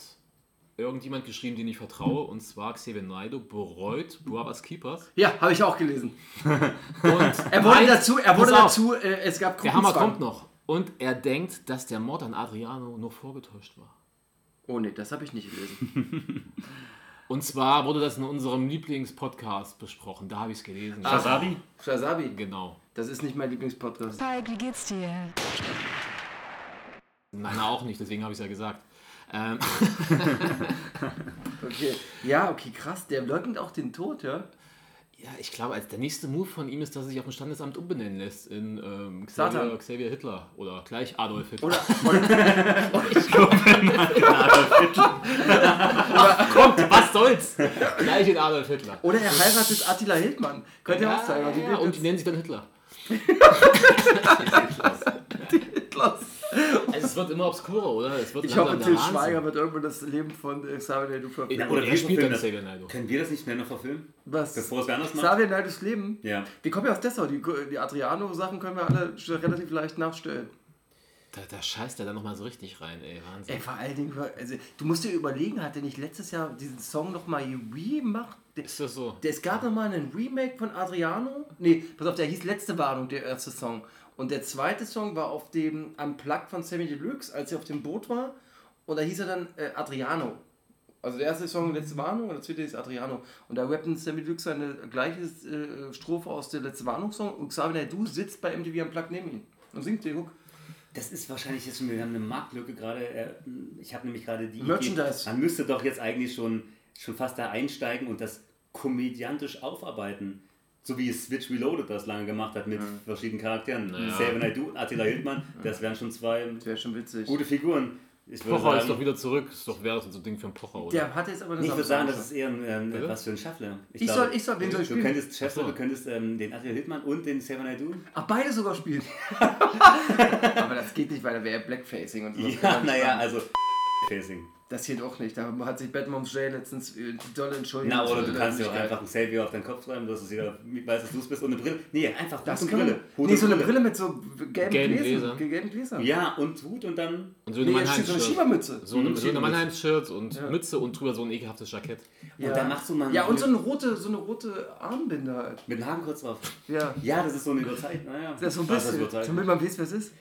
B: irgendjemand geschrieben, den ich vertraue, und zwar Xavier Naidoo bereut Bravas Keepers.
C: ja, habe ich auch gelesen.
B: Und
C: Er wurde
B: meint-
C: dazu, er wurde
B: Pass auf,
C: dazu, äh, es gab
B: Der Hammer
C: Gruppenzwang.
B: kommt noch. Und er denkt, dass der Mord an Adriano nur vorgetäuscht war.
C: Oh nee, das habe ich nicht gelesen.
B: Und zwar wurde das in unserem Lieblingspodcast besprochen. Da habe ich es gelesen.
D: Wasabi?
C: Shazabi,
B: Genau.
C: das ist nicht mein Lieblingspodcast.
A: Falk, wie geht's dir?
B: Nein, auch nicht, deswegen habe ich es ja gesagt. Ähm,
C: Okay. Ja, okay, krass. Der leugnet auch den Tod, ja?
B: Ja, ich glaube, als der nächste Move von ihm ist, dass er sich auf dem Standesamt umbenennen lässt in ähm,
C: Satan.
B: Xavier, Xavier Hitler oder gleich Adolf Hitler.
C: Oder,
B: kommt, was soll's? gleich in Adolf Hitler.
C: oder er heiratet Attila Hildmann. Könnte ja, auch sein. aber Oh, die
B: ja, und die nennen
C: Welt
B: sich dann Hitler.
C: ist los.
B: Also, es wird immer obskurer, oder? Es wird
C: Ich
B: langsam
C: hoffe,
B: der
C: Till
B: Wahnsinn.
C: Schweiger wird irgendwann das Leben von äh, Xavier Naidoo verfilmen.
B: Ja, oder
D: wir
B: er spielt
D: verfilmen
B: dann
D: das.
B: Xavier Naidoo.
D: Können wir das nicht schnell noch verfilmen?
C: Was?
D: Bevor es wer anders macht?
C: Xavier Naidus Leben?
D: Ja.
C: Die kommen ja aus Dessau. Die, die Adriano-Sachen können wir alle schon relativ leicht nachstellen.
B: Da, da scheißt er dann nochmal so richtig rein, ey. Wahnsinn.
C: Ey, vor allen Dingen, also, du musst dir überlegen, hat er nicht letztes Jahr diesen Song nochmal gemacht? Der-
B: Ist das so?
C: Es gab nochmal einen Remake von Adriano. Nee, pass auf, der hieß Letzte Warnung, der erste Song. Und der zweite Song war auf dem Unplugged von Sammy Deluxe, als er auf dem Boot war. Und da hieß er dann äh, Adriano. Also der erste Song Letzte Warnung und der zweite ist Adriano. Und da rappen Sammy Deluxe seine gleiche äh, Strophe aus der Letzte Warnung-Song. Und Xavier Naidoo sitzt bei MTV Unplugged neben ihm und singt den Hook.
D: Das ist wahrscheinlich jetzt schon, wir haben eine Marktlücke gerade. äh, Ich habe nämlich gerade die. Idee,
C: Merchandise.
D: Man müsste doch jetzt eigentlich schon, schon fast da einsteigen und das komödiantisch aufarbeiten. So wie Switch Reloaded das lange gemacht hat mit verschiedenen Charakteren.
B: Naja.
D: Seven I Do, Attila Hildmann, das wären schon zwei
C: Das wäre schon witzig.
D: gute Figuren. Ich würde
B: Pocher ist doch
D: sagen,
B: wieder zurück. Ist doch wäre das so ein Ding für einen Pocher, oder?
C: Der hat jetzt aber eine
D: ich würde sagen, das
C: Samsung.
D: ist eher ein, ähm,
B: Bitte?
D: was für ein Schaffler.
C: Ich soll- ich soll- wen soll ich
D: du
C: spielen?
D: könntest Schaffler, du könntest ähm, den Attila Hildmann und den Seven I Do.
C: Ach, beide sogar spielen. aber das geht nicht, weil da wäre Blackfacing und sowas.
D: Ja, naja, also Facing.
C: Das geht auch nicht. Da hat sich Batman's Jay letztens äh, doll entschuldigt.
D: Na, oder du
C: Äh,
D: kannst dir auch
C: Öffentlichkeit.
D: einfach ein Savior auf deinen Kopf schreiben, dass es jeder weiß, dass du es bist und eine Brille. Nee, einfach Hut
C: Das
D: und
C: kann man-
D: Brille. Hut
C: Nee,
D: und
C: so eine Brille mit so gelben,
B: Gelben
C: Gläsern.
B: Gläsern.
C: Gelben Gläsern.
D: Ja, und Hut und dann.
B: Und so
C: Nee,
B: eine
C: halt so eine
B: Mannheim-Shirt.
C: Schiebermütze.
B: So eine, so eine
D: Schiebermütze.
B: Mannheim-Shirt und Mütze und drüber so ein ekelhaftes Jackett.
C: ja.
D: Und dann machst du mal
C: Ja, und so eine rote, so eine rote Armbinde halt.
D: mit dem Haken kurz drauf.
C: Ja.
D: Ja, das ist so eine Überzeit. Naja,
C: Das ist so ein
D: Was heißt
C: bisschen,
D: Überzeit?
C: damit man weiß, wer es ist.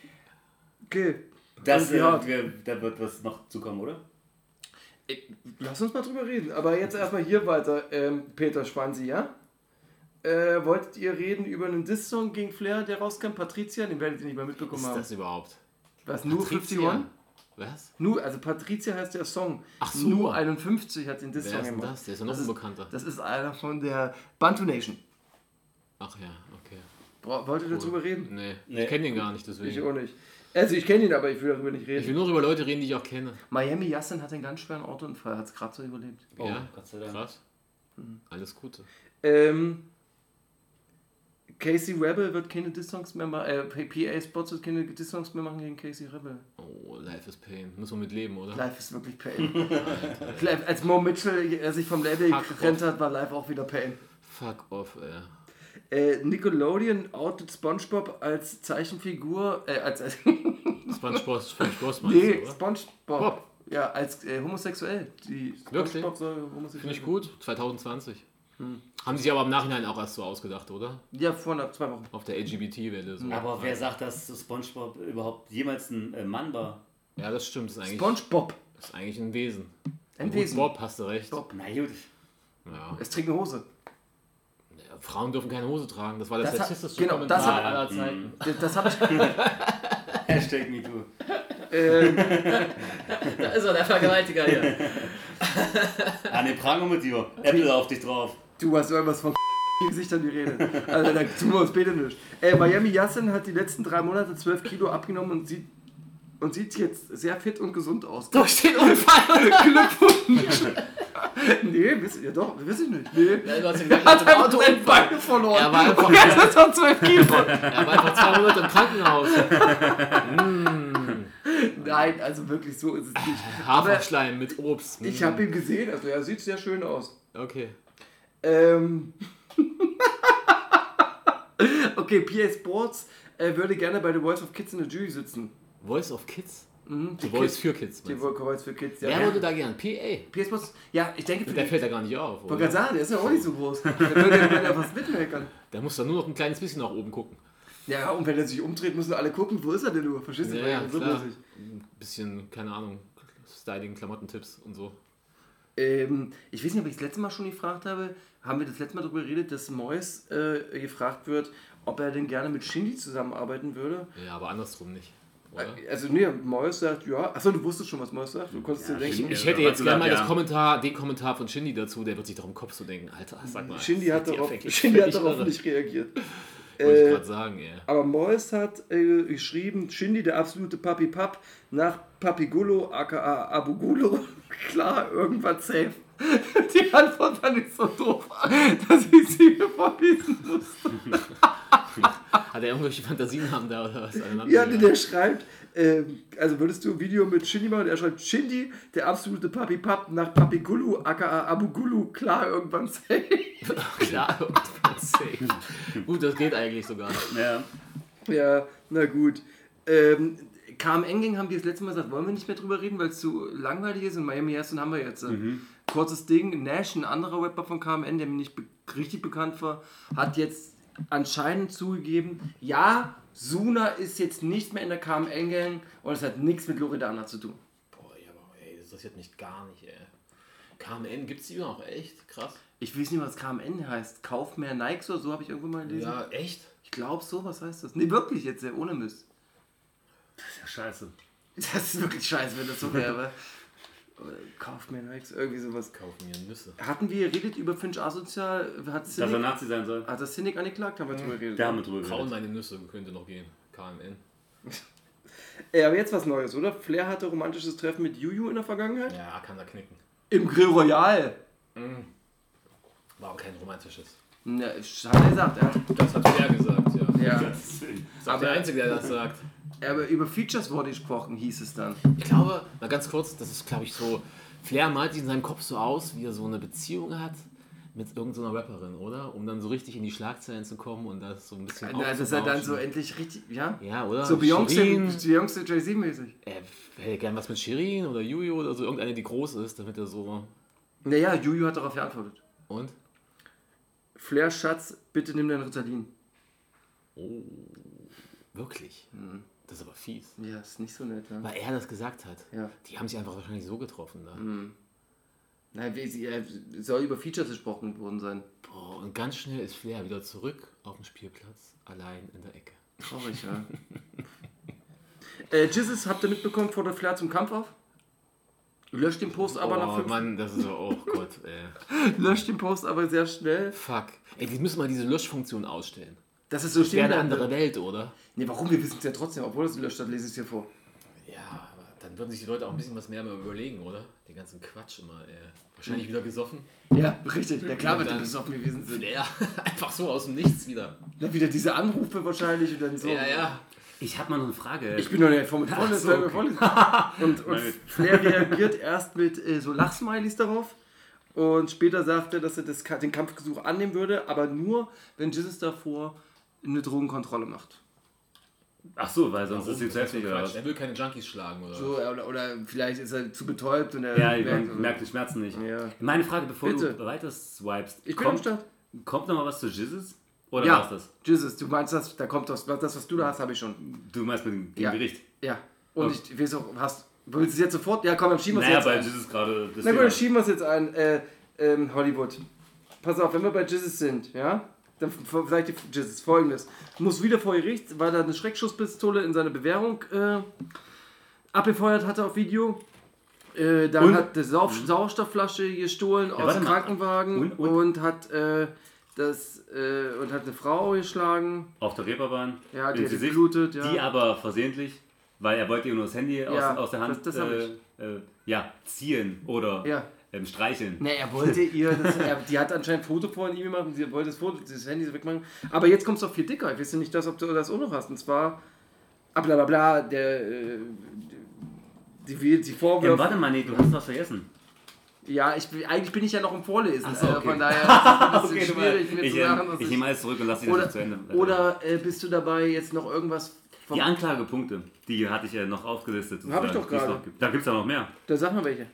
C: Okay.
D: Das, äh,
C: Ja.
D: wir, da wird was noch zukommen, oder?
C: Lass uns mal drüber reden. Aber jetzt erstmal hier weiter, ähm, Peter Schwanzi, ja? Äh, wolltet ihr reden über einen Diss-Song gegen Flair, der rauskam? Patricia, den werdet ihr nicht mal mitbekommen
B: Was ist
C: haben.
B: das überhaupt?
C: Was, nur
B: Patricia?
C: 51?
B: Was?
C: Nu, also Patricia heißt der Song.
B: Ach so.
C: Nu 51 hat den Diss
B: Wer
C: Song
B: ist denn
C: gemacht.
B: das? Der ist ja noch
C: ist-
B: unbekannter.
C: Das ist einer von der Bantu Nation.
B: Ach ja, okay.
C: Bra- Wollt ihr darüber reden?
B: Nee,
D: Nee.
B: ich kenne den gar nicht, deswegen.
C: Ich
B: Ich,
C: auch nicht. Also ich kenne ihn, aber ich will darüber nicht reden.
B: will nur über Leute reden, die ich auch kenne.
C: Miami Yassin hat einen ganz schweren Autounfall, hat es gerade so überlebt.
B: ja,
D: Gott sei Dank.
B: krass.
C: Hm.
B: Alles Gute.
C: Ähm, Casey Rebel wird keine Diss-Songs mehr machen, äh, PA Spots wird keine Diss-Songs mehr machen gegen Casey Rebel.
B: Oh, Life is Pain. Müssen wir mit leben, oder?
C: Live ist wirklich Pain. Live, als Mo Mitchell äh, sich vom Label
B: Fuck off.
C: getrennt hat, war Live auch wieder Pain.
B: Fuck off, ey.
C: Äh, Nickelodeon outet SpongeBob als Zeichenfigur, äh, als, als
B: Spongebob, Spongebob meinst du,
C: nee,
B: oder?
C: SpongeBob,
B: Bob.
C: ja, als äh, homosexuell. Die
B: Wirklich?
C: SpongeBob soll homosexuell.
B: Finde ich gut. 2020.
C: Hm.
B: Haben sie sich aber im Nachhinein auch erst so ausgedacht, oder?
C: Ja, vor einer- zwei Wochen.
B: Auf der LGBT-Welle.
C: Hm.
B: So.
D: Aber wer sagt, dass Spongebob überhaupt jemals ein äh, Mann war?
B: Ja, das stimmt. Ist eigentlich,
C: SpongeBob,
B: ist eigentlich ein Wesen.
C: ein
B: Gut,
C: Wesen.
B: Bob, hast du recht.
C: Bob.
D: Na gut.
B: Ja.
C: Es trägt eine Hose.
B: Frauen dürfen keine Hose tragen. Das war der
C: Das hat-
B: sexistische
C: genau,
B: Kommentar
C: das hat-
B: aller Zeiten.
C: Das, das habe ich.
D: Hashtag MeToo.
C: ähm,
B: Da ist er, der Vergewaltiger hier.
D: Ah, ne, Prango mit dir. Apple auf dich drauf.
C: du hast irgendwas von Gesichtern geredet. Also da tun wir uns bitte nicht. Äh, Miami Yassin hat die letzten drei Monate 12 Kilo abgenommen und sieht, und sieht jetzt sehr fit und gesund aus.
B: Durch den Unfall.
C: Nee, wisst ihr doch, wisst ihr nicht. Nee.
B: Du hast ihn gleich mit dem Auto
C: Beine Also verloren.
B: Er war einfach-
C: jetzt ist er 12 Kilo.
B: Er war einfach zwei Monate im Krankenhaus.
C: Nein, also wirklich so ist es nicht. Aber
B: Haferschleim mit Obst.
C: ich habe ihn gesehen, also er sieht sehr schön aus.
B: Okay.
C: Ähm. okay, PA Sports äh, würde gerne bei The Voice of Kids in the Jury sitzen.
B: Voice of Kids?
C: Mhm.
B: The Voice für Kids.
C: Die
B: meinst du?
C: Voice für Kids, ja.
B: Wer würde da gern? PA.
C: PA Sports, ja, ich denke für
B: Der
C: die.
B: fällt da gar nicht auf.
C: Wollte gerade
B: Oder?
C: sagen, der ist ja auch nicht so groß. Der würde ja würde er was mitmeckern.
B: Der muss da nur noch ein kleines bisschen nach oben gucken.
C: Ja, und wenn er sich umdreht, müssen alle gucken, wo ist er denn nur? Verstehst du?
B: Ja,
C: Weil
B: ja,
C: so
B: klar.
C: muss ich.
B: Ein bisschen, keine Ahnung, Styling, Klamottentipps und so.
C: Ähm, ich weiß nicht, ob ich das letzte Mal schon gefragt habe. Haben wir das letzte Mal darüber geredet, dass Mois äh, gefragt wird, ob er denn gerne mit Shindy zusammenarbeiten würde?
B: Ja, aber andersrum nicht. Oder?
C: Also, nee, Mois sagt ja. Achso, du wusstest schon, was Mois sagt. Du konntest dir denken.
D: Shindy-
B: Ich
D: Ja,
B: hätte
D: aber
B: jetzt gerne mal
D: ja.
B: das Kommentar, den Kommentar von Shindy dazu, der wird sich doch im Kopf so denken, Alter, sag mal.
C: Shindy hat darauf,
B: Wollte
C: Shindy hat darauf nicht reagiert.
B: ich
C: Äh,
B: gerade sagen, ey.
C: aber Mois hat äh, geschrieben, Shindy, der absolute Papi Papp, nach Papi Gullo, aka Abu Gullo. Klar, irgendwann safe. Die Antwort fand ich so doof, dass ich sie mir vorlesen muss.
B: Hat er irgendwelche Fantasien haben da oder was? aneinander
C: Ja, nee,
B: gereiht?
C: der schreibt, ähm, also würdest du ein Video mit Shindy machen? Er schreibt, Shindy, der absolute Papi Papp nach Papi Gulu, aka Abu Gulu, klar, irgendwann safe.
B: Klar, irgendwann safe. Gut, das geht eigentlich sogar.
D: Ja.
C: ja, na gut. Ähm, KM Enging haben wir das letzte Mal gesagt, wollen wir nicht mehr drüber reden, weil es zu langweilig ist und Miami Herzen haben wir jetzt. äh. Kurzes Ding, Nash, ein anderer Rapper von KMN, der mir nicht be richtig bekannt war, hat jetzt anscheinend zugegeben, ja, Suna ist jetzt nicht mehr in der KM Gang und es hat nichts mit Loredana zu tun.
B: Boah, ja, aber ey, das interessiert mich gar nicht, ey. KMN gibt's die noch, echt? Krass.
C: Ich weiß nicht, was KMN heißt. Kauf mehr Nikes oder so habe ich irgendwo mal gelesen.
B: Ja, echt?
C: Ich glaube, sowas heißt das. Nee, wirklich jetzt, ja, ohne Mist.
D: ja scheiße.
C: Das ist wirklich scheiße, wenn das so wäre. Oder Kauf mehr Nikes, irgendwie sowas.
B: Kaufen mir Nüsse.
C: Hatten wir geredet über Finch Asozial? Hat
D: Dass er
C: Cynic,
D: Nazi sein soll.
C: hat das Cynic angeklagt? Haben wir drüber geredet.
D: Da haben wir drüber
B: Kauen
D: geredet.
B: meine Nüsse könnte noch gehen. KMN.
C: Ey, Äh, aber jetzt was Neues, oder? Flair hatte romantisches Treffen mit Juju in der Vergangenheit?
B: Ja, kann da knicken.
C: Im Grill Royal.
B: War auch kein romantisches.
C: Na, ich- hat er gesagt. Er hat,
B: Das hat er gesagt, ja.
C: ja.
B: Ist auch der Einzige, der das sagt.
C: Aber über Features wurde gesprochen, hieß es dann.
B: Ich glaube, mal ganz kurz, das ist, glaube ich, so. Flair malt sich in seinem Kopf so aus, wie er so eine Beziehung hat mit irgendeiner Rapperin, oder? Um dann so richtig in die Schlagzeilen zu kommen und das so ein bisschen.
C: Na, Also, dass er dann
B: aufzubauschen.
C: so endlich richtig, ja?
B: Ja, oder?
C: So Beyoncé,
B: Shirin,
C: Beyoncé Jay-Z mäßig.
B: Er hätte gern was mit Shirin oder Juju oder so, irgendeine, die groß ist, damit er so.
C: Naja, Juju hat darauf geantwortet.
B: Und?
C: Flair, Schatz, bitte nimm dein Ritalin.
B: Wirklich?
C: Mhm.
B: Das ist aber fies.
C: Ja, ist nicht so nett, ne?
B: Weil er das gesagt hat.
C: Ja. Mhm.
B: Die haben sich einfach wahrscheinlich so getroffen da.
C: Nein, wie, sie, äh, soll über Features gesprochen worden sein.
B: Boah, und ganz schnell ist Flair wieder zurück auf dem Spielplatz, allein in der Ecke.
C: Traurig, ja. äh, Jesus, habt ihr mitbekommen, fordert Flair zum Kampf auf? Löscht den Post aber nach
B: oh
C: fünf,
B: Mann, das ist auch, oh Gott, ey.
C: löscht den Post aber sehr schnell.
B: Fuck. Ey, die müssen mal diese Löschfunktion ausstellen.
C: Das ist so
B: Das wäre
C: stehen
B: eine
C: bleiben
B: andere
C: wird.
B: Welt, oder?
C: Nee, warum? Wir wissen es ja trotzdem, obwohl das gelöscht hat, lese ich es hier vor.
B: Ja, aber dann würden sich die Leute auch ein bisschen was mehr mal überlegen, oder? Den ganzen Quatsch immer, ey. Wahrscheinlich wieder gesoffen.
C: Ja, richtig. Na klar, weil
B: dann-
C: die besoffen gewesen sind.
B: Ja, einfach so aus dem Nichts wieder.
C: Dann wieder diese Anrufe wahrscheinlich und dann so.
B: Ja, ja.
D: Ich habe mal noch eine Frage.
C: Ich bin doch nicht vom vorne,
D: so,
C: so, vorlesen. Und, und
D: Nein.
C: Flair reagiert erst mit äh, so Lachsmilies darauf. Und später sagt er, dass er das, Ka- den Kampfgesuch annehmen würde, aber nur, wenn Jesus davor eine Drogenkontrolle macht.
D: Ach so, weil sonst ist sie
B: Oh, Das
D: selbst
B: ist
D: nicht oder
B: Quatsch.
D: was?
B: Er will keine Junkies schlagen, oder?
C: So, oder, oder vielleicht ist er zu betäubt und er
D: Ja,
C: merkt-
D: man merkt die Schmerzen nicht.
C: Ja.
D: Meine Frage, bevor
C: Bitte.
D: du weiter swipest,
C: Ich bin am
D: kommt,
C: Start.
D: kommt noch mal was zu Jizzes? Oder
C: Ja,
D: war's das?
C: Jesus, du meinst das, da kommt das, das was du da hast, habe ich schon.
D: Du meinst mit dem dem
C: Ja.
D: Gericht?
C: Ja. Und ich weiß auch, hast, willst du es jetzt sofort? Ja, komm, dann schieben wir es
D: Naja,
C: jetzt
D: bei
C: ein.
D: Jizzes gerade
C: Na
D: das
C: gut,
D: Thema.
C: dann schieben wir es jetzt ein. Äh, ähm, Hollywood. Pass auf, wenn wir bei Jesus sind, ja? Dann f- vielleicht die Jesus folgendes. Muss wieder vor Gericht, weil er eine Schreckschusspistole in seine Bewährung äh, abgefeuert hatte auf Video. Äh, dann
D: Und- Mhm.
C: hat eine Sau Sauerstoffflasche gestohlen aus
D: warte
C: dem
D: mal.
C: Krankenwagen und,
D: Und- und-
C: hat äh, das äh, und hat eine Frau geschlagen.
D: Auf der Reeperbahn.
C: Ja, die
D: ins
C: hat
D: Gesicht,
C: geblutet, ja.
D: Die aber versehentlich, weil er wollte ihm nur das Handy aus, aus der Hand
C: das- das hab
D: äh, äh, ja, ziehen oder
C: Ja.
D: ähm, streicheln.
C: Ne, er wollte ihr, das, er, die hat anscheinend ein Foto von ihm gemacht und sie wollte das Foto, das Handy wegmachen. Aber jetzt kommt es doch viel dicker. Ich weiß ja nicht, dass, ob du das auch noch hast. Und zwar, ah, bla bla bla, der, äh, die, die, die
D: Ja,
C: Vorwürfe.
D: warte mal, nee, du hast was vergessen.
C: Ja, ich, bin- eigentlich bin ich ja noch im Vorlesen.
D: so,
C: äh,
D: okay.
C: Von daher ist es ein bisschen
D: Okay, du mal.
C: schwierig, mir
D: ich,
C: zu
D: ähm,
C: sagen, dass
D: ich
C: ich.
D: nehme alles zurück und lasse die
C: oder
D: Sache zu Ende.
C: oder äh, bist du dabei, jetzt noch irgendwas vom.
D: die Anklagepunkte, die hatte ich ja noch aufgelistet.
C: Hab ich
D: sozusagen,
C: doch
D: die es
C: gerade.
D: noch gibt. Da gibt es ja noch mehr.
C: Da sag mal welche.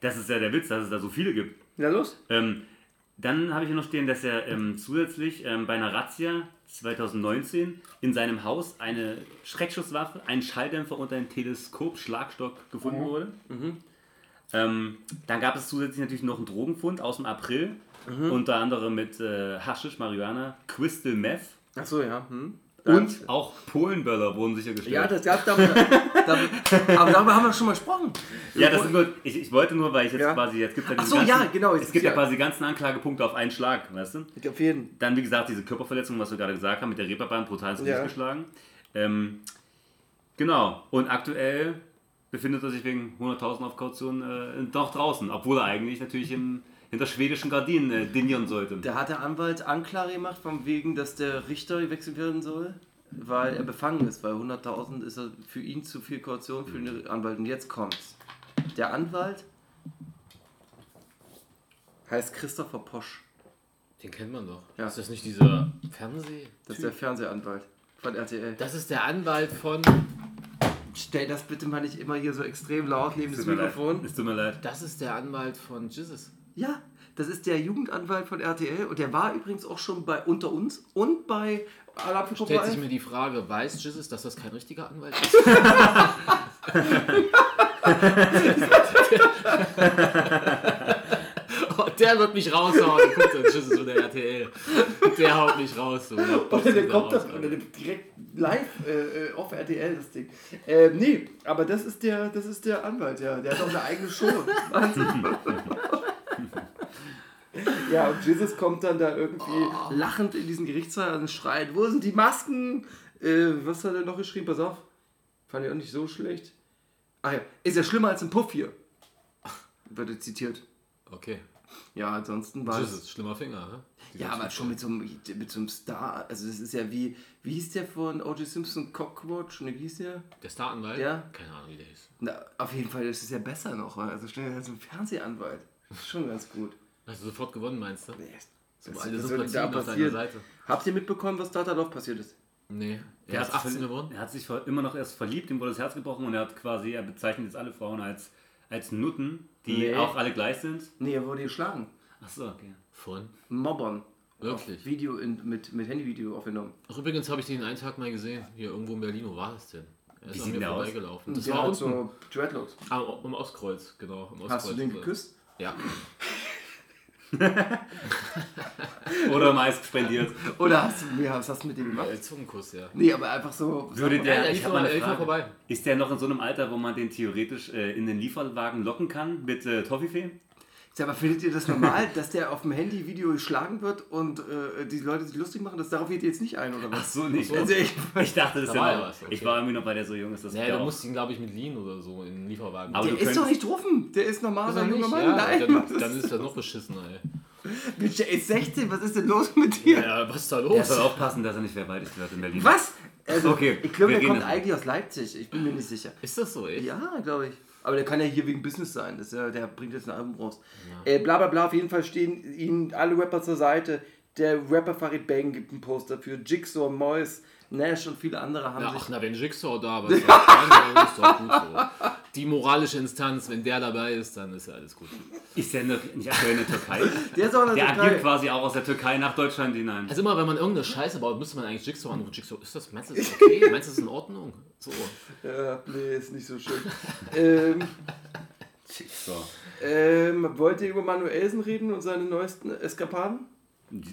D: Das ist ja der Witz, dass es da so viele gibt.
C: Na los?
D: Ähm, dann habe ich hier noch stehen, dass er ähm, zusätzlich ähm, bei einer Razzia 2019 in seinem Haus eine Schreckschusswaffe, einen Schalldämpfer und ein Teleskop-Schlagstock
C: Mhm.
D: gefunden wurde. Ähm, dann gab es zusätzlich natürlich noch einen Drogenfund aus dem April,
C: Mhm.
D: unter anderem mit äh, Haschisch, Marihuana, Crystal Meth
C: Achso, ja. Hm.
D: und auch Polenböller wurden sichergestellt.
C: Ja, das gab's damals. da, aber darüber haben wir schon mal gesprochen.
D: Ja, das sind nur, ich, ich wollte nur, weil ich jetzt
C: Ja.
D: quasi, jetzt gibt es ja
C: Ach
D: diesen
C: so,
D: ganzen,
C: ja, genau, jetzt
D: es gibt
C: ist
D: ja
C: ja-
D: quasi die ganzen Anklagepunkte auf einen Schlag, weißt du?
C: Auf jeden.
D: Dann, wie gesagt, diese Körperverletzung, was wir gerade gesagt haben, mit der Reeperbahn brutal ins Gesicht
C: Ja.
D: geschlagen. Ähm, genau. Und aktuell befindet er sich wegen 100.000 auf Kaution äh, noch draußen, obwohl er eigentlich natürlich im, hinter schwedischen Gardinen äh, dinieren sollte.
C: Da hat der Anwalt Anklage gemacht, von wegen, dass der Richter gewechselt werden soll, weil er befangen ist, weil 100.000 ist er für ihn zu viel Kaution für den Anwalt. Und jetzt kommt's. Der Anwalt heißt Christopher Posch.
B: Den kennt man doch.
C: Ja.
B: Ist das nicht dieser Fernseh?
C: Das ist der Fernsehanwalt von RTL.
B: Das ist der Anwalt von.
C: Stell das bitte mal nicht immer hier so extrem laut neben das
D: Es tut mir leid.
C: Mikrofon.
D: Es tut mir leid.
B: Das ist der Anwalt von Jesus.
C: Ja, das ist der Jugendanwalt von RTL und der war übrigens auch schon bei Unter uns und bei Alarmgruppe
B: Stellt
C: 1.
B: sich mir die Frage, weiß Jesus, dass das kein richtiger Anwalt ist? oh, der wird mich raushauen. Guckt an Jesus von der RTL. Der haut mich raus. So.
C: Oder der kommt das oder der direkt live äh, äh, auf RTL, das Ding. Ähm, nee, aber das ist, der, das ist der Anwalt, ja. Der hat auch eine eigene Show. Wahnsinn. ja, und Jesus kommt dann da irgendwie lachend in diesen Gerichtssaal und schreit, wo sind die Masken? Äh, was hat er noch geschrieben? Pass auf. Fand ich auch nicht so schlecht. Ach ja, ist ja schlimmer als ein Puff hier. Wird er zitiert.
B: Okay.
C: Ja, ansonsten war es...
B: Jesus, schlimmer Finger, ne?
C: Ja, aber schon mit so, einem, mit so einem Star. Also, das ist ja wie, wie hieß der von O.J. Simpson? Cockroach? Ne, wie hieß der?
B: Der Staranwalt?
C: Ja.
B: Keine Ahnung, wie der ist.
C: Na, auf jeden Fall ist es ja besser noch. oder? Also, schnell als ein Fernsehanwalt. Das ist Schon ganz gut.
B: Hast du sofort gewonnen, meinst du?
C: Nee,
B: So
C: was-
B: alte
C: was soll denn da
B: Sympathien auf deiner
C: passieren?
B: Seite.
C: Habt ihr mitbekommen, was Data Love passiert ist?
B: Nee.
D: Er
B: Er ist
D: hat sich
B: 18
D: ver-
B: geworden?
D: Er hat sich ver- immer noch erst verliebt, ihm wurde das Herz gebrochen und er hat quasi, er bezeichnet jetzt alle Frauen als, als Nutten, die
C: Nee.
D: auch alle gleich sind.
C: Nee, er wurde geschlagen.
D: Achso, okay.
B: Von?
C: Mobbern.
B: Wirklich?
C: Video in, mit, mit Handyvideo aufgenommen.
B: Ach, übrigens habe ich den einen Tag mal gesehen. Hier irgendwo in Berlin. Wo war das denn? Er ist
D: Wie
B: an
D: sieht
B: mir
D: der aus?
B: vorbeigelaufen. Das
C: Der
B: war
C: hat
B: unten.
C: so Dreadlocks.
B: Ah, im Ostkreuz, genau. Im Ostkreuz.
C: Hast du den geküsst?
B: Ja.
D: Oder meist spendiert.
C: Oder hast du, nee, was hast du mit dem
B: Äh,
C: gemacht?
B: Zungenkuss, ja.
C: Nee, aber einfach so.
D: Würde der,
B: Nein, er
D: ich
B: lief
D: hab
B: noch- er
D: mal eine
B: lief noch
D: Frage.
B: vorbei.
D: Ist der noch in so einem Alter, wo man den theoretisch äh, in den Lieferwagen locken kann mit äh, Toffifee?
C: Sag mal, findet ihr das normal, dass der auf dem Handy Video geschlagen wird und äh, die Leute sich lustig machen? Das, darauf geht ihr jetzt nicht ein, oder
D: Ach
C: was?
D: so, nicht.
C: Also ich,
D: Ich dachte,
B: Da
D: das ist ja
B: war
D: mal-
B: ja was, okay.
D: Ich war irgendwie noch, weil der so jung ist. Das
B: Naja,
D: ja
B: du
D: auch-
B: musst ihn, glaube ich, mit Lean oder so in den Lieferwagen.
D: Aber
C: der
D: du
C: ist doch
D: könntest-
C: nicht offen. Der ist normal,
B: Ist
C: so
B: er
C: ein
B: nicht?
C: junger Mann.
B: Ja,
C: Nein, was
B: dann,
C: ist,
B: dann ist er noch beschissener, ey.
C: Mensch, der ist 16. Was ist denn los mit dir?
B: Ja, was ist da
D: Er
B: los?
D: soll aufpassen, dass er nicht verwaltet wird in Berlin.
C: Was? Also,
D: Okay,
C: ich glaube,
D: wir
C: der
D: reden
C: kommt
D: davon.
C: eigentlich aus Leipzig. Ich bin mir nicht sicher.
B: Ist das so, ey?
C: Ja, glaube ich. Aber der kann ja hier wegen Business sein. Das ist ja, der bringt jetzt ein Album raus. Äh, bla bla bla, auf jeden Fall stehen ihnen alle Rapper zur Seite. Der Rapper Farid Bang gibt einen Post dafür. Jigsaw, Mois, Nash und viele andere haben
B: Ja,
C: sich
B: ach, na, wenn Jigsaw da war, ist doch- dann ist doch gut so. Die moralische Instanz, wenn der dabei ist, dann ist ja alles gut.
D: Ist der noch nicht aktuell in der Türkei?
C: Der ist auch in der
D: Der
C: Türkei.
D: agiert quasi auch aus der Türkei nach Deutschland hinein.
B: Also immer, wenn man irgendeine Scheiße baut, müsste man eigentlich Jigsaw anrufen. Jigsaw, ist das, meinst du, ist das okay? Meinst du, ist in Ordnung? So.
C: Ja, Äh, nee, ist nicht so schön. ähm,
D: So.
C: ähm, wollt ihr über Manuelsen reden und seine neuesten Eskapaden?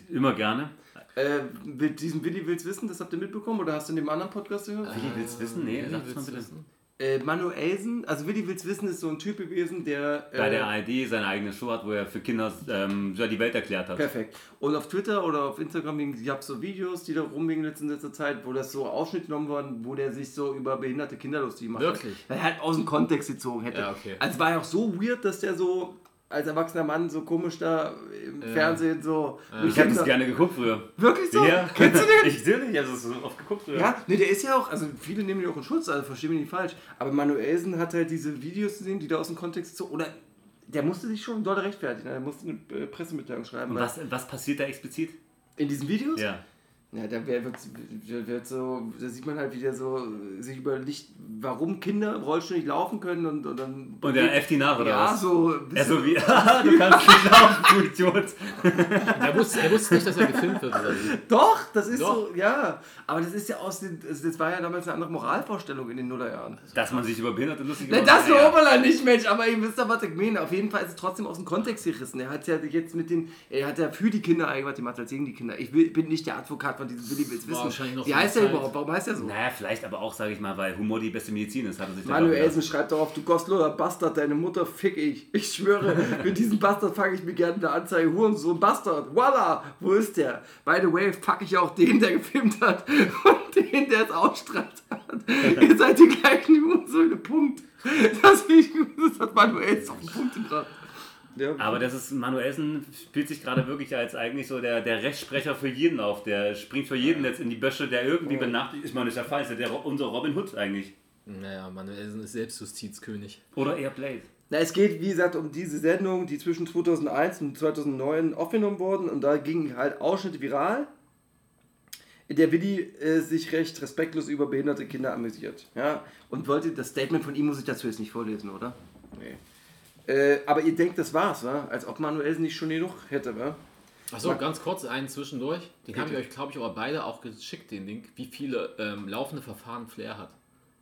D: Immer gerne.
C: Äh, mit diesem Willi will's wissen, das habt ihr mitbekommen oder hast du in dem anderen Podcast gehört?
D: Willi will's wissen? Nee,
B: Willi
D: sag's mal
B: will's
D: bitte.
B: wissen?
C: Äh, Manuelsen, also Willi will's wissen ist so ein Typ gewesen, der. Äh,
D: Bei der ARD seine eigene Show hat, wo er für Kinder ähm, ja, die Welt erklärt hat.
C: Perfekt. Und auf Twitter oder auf Instagram, ich habe so Videos, die da rumgingen jetzt in letzter Zeit, wo das so Ausschnitt genommen worden, wo der sich so über behinderte Kinder lustig macht.
B: Wirklich?
C: Weil er halt aus dem Kontext gezogen hätte.
B: Ja, okay.
C: Also war ja auch so weird, dass der so als erwachsener Mann so komisch da im Fernsehen so.
D: Ich habe das gerne geguckt früher.
C: Wirklich so? Kennst du den?
D: Ich sehe nicht, ich habe das so oft geguckt früher.
C: Ja, ne, der ist ja auch, also viele nehmen den auch in Schutz, also verstehen mich nicht falsch. Aber Manuelsen hat halt diese Videos gesehen, die da aus dem Kontext so, oder der musste sich schon doll rechtfertigen, der musste eine äh, Pressemitteilung schreiben.
D: Und
C: weil-
D: was, was passiert da explizit?
C: In diesen Videos?
D: Ja.
C: Ja, da wär- wird's- wird, wird so, da sieht man halt, wie der so äh, sich überlegt, warum Kinder im Rollstuhl nicht laufen können und, und dann.
D: Und der FD nach, oder
C: Ja,
D: was?
C: so. ein
D: Er
C: bisschen-
D: so wie, "Haha, du kannst nicht laufen, du Idiot.
B: Er wusste, er wusste nicht, dass er gefilmt wird. Oder wie.
C: Doch, das ist
B: Doch.
C: so, ja. Aber das ist ja aus den. Also das war ja damals eine andere Moralvorstellung in den Nullerjahren.
D: Dass man sich über Behinderte lustig
C: Na,
D: macht.
C: Ne, das
D: Ja.
C: glaubt man ja nicht, Mensch, aber ihr wisst ja, was ich meine. Auf jeden Fall ist es trotzdem aus dem Kontext gerissen. Er hat ja jetzt mit den, er hat ja für die Kinder eigentlich was gemacht als gegen die Kinder. Ich will, bin nicht der Advokat von diesem Willi Wills
B: War wahrscheinlich
C: Wissen.
B: noch
C: Wie
B: so eine
C: heißt er
B: Zeit.
C: überhaupt? Warum heißt er so?
D: Naja, vielleicht aber auch, sage ich mal, weil Humor die beste Medizin ist, hat er sich dann auch
C: Manuelsen
D: gedacht.
C: schreibt darauf, du gottloser Bastard, deine Mutter fick ich. Ich schwöre, mit diesem Bastard fange ich mir gerne eine Anzeige. Hurensohn, Bastard, voila, wo ist der? By the way, fuck ich auch den, der gefilmt hat und den, der es ausstrahlt hat. Ihr seid die gleichen Hurensöhne, Punkt. Das, finde ich, gut, das hat Manuelsen auf den Punkt gebracht. Ja.
D: Aber das ist, Manuelsen spielt sich gerade wirklich als eigentlich so der, der Rechtsprecher für jeden auf. Der springt für jeden jetzt in die Bösche, der irgendwie benachrichtigt ist. Ich meine, das ist ja falsch, der, der, unser Robin Hood eigentlich.
B: Naja, Manuelsen ist Selbstjustizkönig.
D: Oder eher Blade.
C: Na, es geht, wie gesagt, um diese Sendung, die zwischen 2001 und 2009 aufgenommen wurden und da gingen halt Ausschnitte viral, in der Willi äh, sich recht respektlos über behinderte Kinder amüsiert. Ja? Und wollte, das Statement von ihm muss ich dazu jetzt nicht vorlesen, oder? Nee. Äh, aber ihr denkt, das war's, wa? als ob Manuelsen nicht schon genug hätte, wa?
B: Achso, ganz kurz einen zwischendurch. Den habe ich euch, glaube ich, aber beide auch geschickt, den Link, wie viele ähm, laufende Verfahren Flair hat.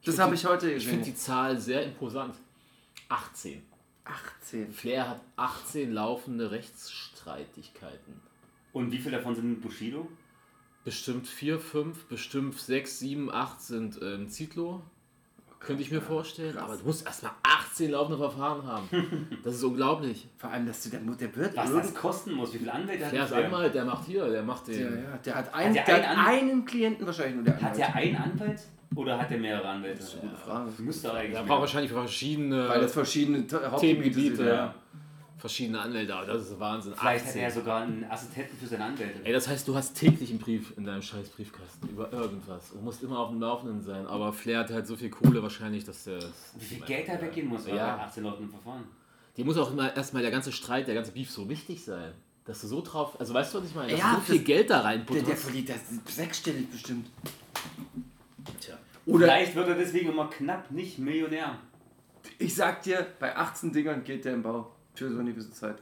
C: Das
B: find
C: habe
B: die-
C: ich heute
B: Ich finde
C: gesehen.
B: die Zahl sehr imposant. 18.
C: 18.
B: Flair hat 18 laufende Rechtsstreitigkeiten.
D: Und wie viel davon sind Bushido?
B: Bestimmt 4, 5, bestimmt 6, 7, 8 sind ähm, Zitlo. Könnte ich mir vorstellen. Aber du musst erstmal 18 laufende Verfahren haben. Das ist unglaublich.
C: Vor allem, dass du der Mutter der wird.
D: Was
C: irgend-
D: das kosten muss, wie viele Anwälte
B: Flair
D: hat
B: ist
D: der?
B: Anwalt, der macht hier, der macht den.
C: ja, ja. Der hat, einen,
D: der
C: der
D: einen
C: hat einen Klienten wahrscheinlich nur der
D: Hat
C: Anwalt.
D: der einen Anwalt oder hat der mehrere Anwälte?
C: Gute Frage.
D: Müsste eigentlich.
B: Der
D: mehr.
B: braucht wahrscheinlich verschiedene.
C: Weil das verschiedene Te- Hauptgebiete sind.
B: Themengebiete,
C: Ja.
B: verschiedene Anwälte, aber das ist Wahnsinn.
D: Vielleicht hat
B: 18.
D: er ja sogar einen Assistenten für seine Anwälte.
B: Ey, das heißt, du hast täglich einen Brief in deinem scheiß Briefkasten über irgendwas und musst immer auf dem Laufenden sein. Aber Flair hat halt so viel Kohle wahrscheinlich, dass der.
D: Wie viel Geld da weggehen muss, weil
B: Ja.
D: bei 18 Leuten im Verfahren.
B: Die muss auch immer erstmal der ganze Streit, der ganze Beef so wichtig sein. Dass du so drauf. Also weißt du, was ich meine? Dass
C: Ja,
B: du so viel
C: das-
B: Geld da
C: Der, der
B: reinputterst.
C: verliert das sechsstellig bestimmt.
B: Tja.
C: Oder
D: Vielleicht wird er deswegen immer knapp nicht Millionär.
C: ich sag dir, bei 18 Dingern geht der im Bau. Für so eine gewisse Zeit.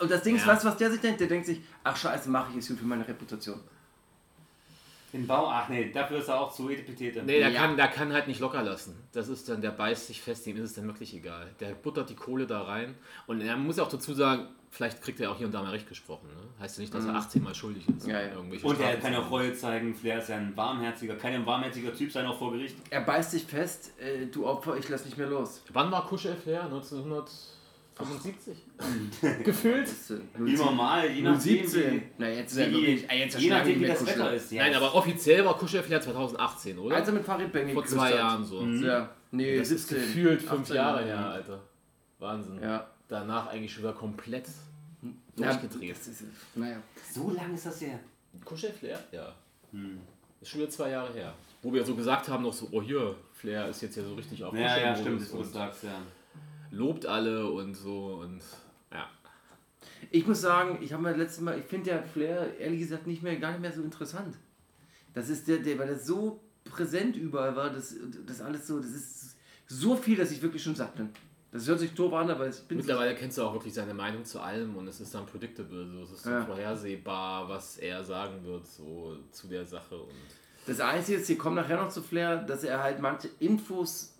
C: Und das Ding ist,
B: Ja.
C: was, was der sich denkt, der denkt sich, ach scheiße, mache ich es gut für meine Reputation.
D: Im Bau, ach nee, dafür ist er auch zu etipetete.
B: Nee, der,
C: Ja.
B: kann, der kann halt nicht locker lassen. Das ist dann, der beißt sich fest, dem ist es dann wirklich egal. Der buttert die Kohle da rein. Und er muss ja auch dazu sagen, vielleicht kriegt er auch hier und da mal recht gesprochen. Ne? Heißt ja nicht, dass er 18 Mal schuldig ist.
C: Mhm. Ja, ja.
B: Irgendwelche
D: Und er
B: Strafen
D: kann
B: zu
D: ja auch
B: haben.
D: Reue zeigen, Flair ist ja ein warmherziger, kann ja ein warmherziger Typ sein, auch vor Gericht.
C: Er beißt sich fest, äh, du Opfer, ich lass nicht mehr los.
B: Wann war Kuschel Flair? 1975? Gefühlt?
D: Wie normal, je nachdem,
C: 17.
D: wie,
C: Na, jetzt ist
D: wie,
C: er wirklich, ey, jetzt
D: je
C: erschlag ich
D: nachdem, wie
C: mich
D: das
C: kuscheln.
D: Wetter ist. Ja.
B: Nein, aber offiziell war Kuschel Flair 2018, oder?
C: Als er mit Farid Bang
B: ne? Vor zwei Jahren so.
C: Ja, nee,
B: Das ist
C: 17.
B: gefühlt fünf
C: 18.
B: Jahre her, Alter. Wahnsinn.
C: Ja.
B: Danach eigentlich schon wieder komplett
C: Ja,
B: durchgedreht.
C: das ist, naja.
D: So lang ist das her.
B: Kuschel Flair? Ja.
D: Hm.
B: Ist schon wieder zwei Jahre her. Wo wir so gesagt haben, noch so, oh hier, Flair ist jetzt ja so richtig auf
D: Ja, ja,
B: Kuschelmodus
D: stimmt, ist
B: und
D: sagst, ja.
B: lobt alle und so und ja.
C: Ich muss sagen, ich habe mir letztes Mal, ich finde ja Flair ehrlich gesagt nicht mehr, gar nicht mehr so interessant. Das ist der, der weil das so präsent überall war, das, das alles so, das ist so viel, dass ich wirklich schon satt bin. Das hört sich doof an, aber ich bin.
B: Mittlerweile kennst du auch wirklich seine Meinung zu allem und es ist dann predictable, so. es ist dann
C: Ja.
B: vorhersehbar, was er sagen wird so zu der Sache und
C: Das Einzige ist, wir kommen nachher noch zu Flair, dass er halt manche Infos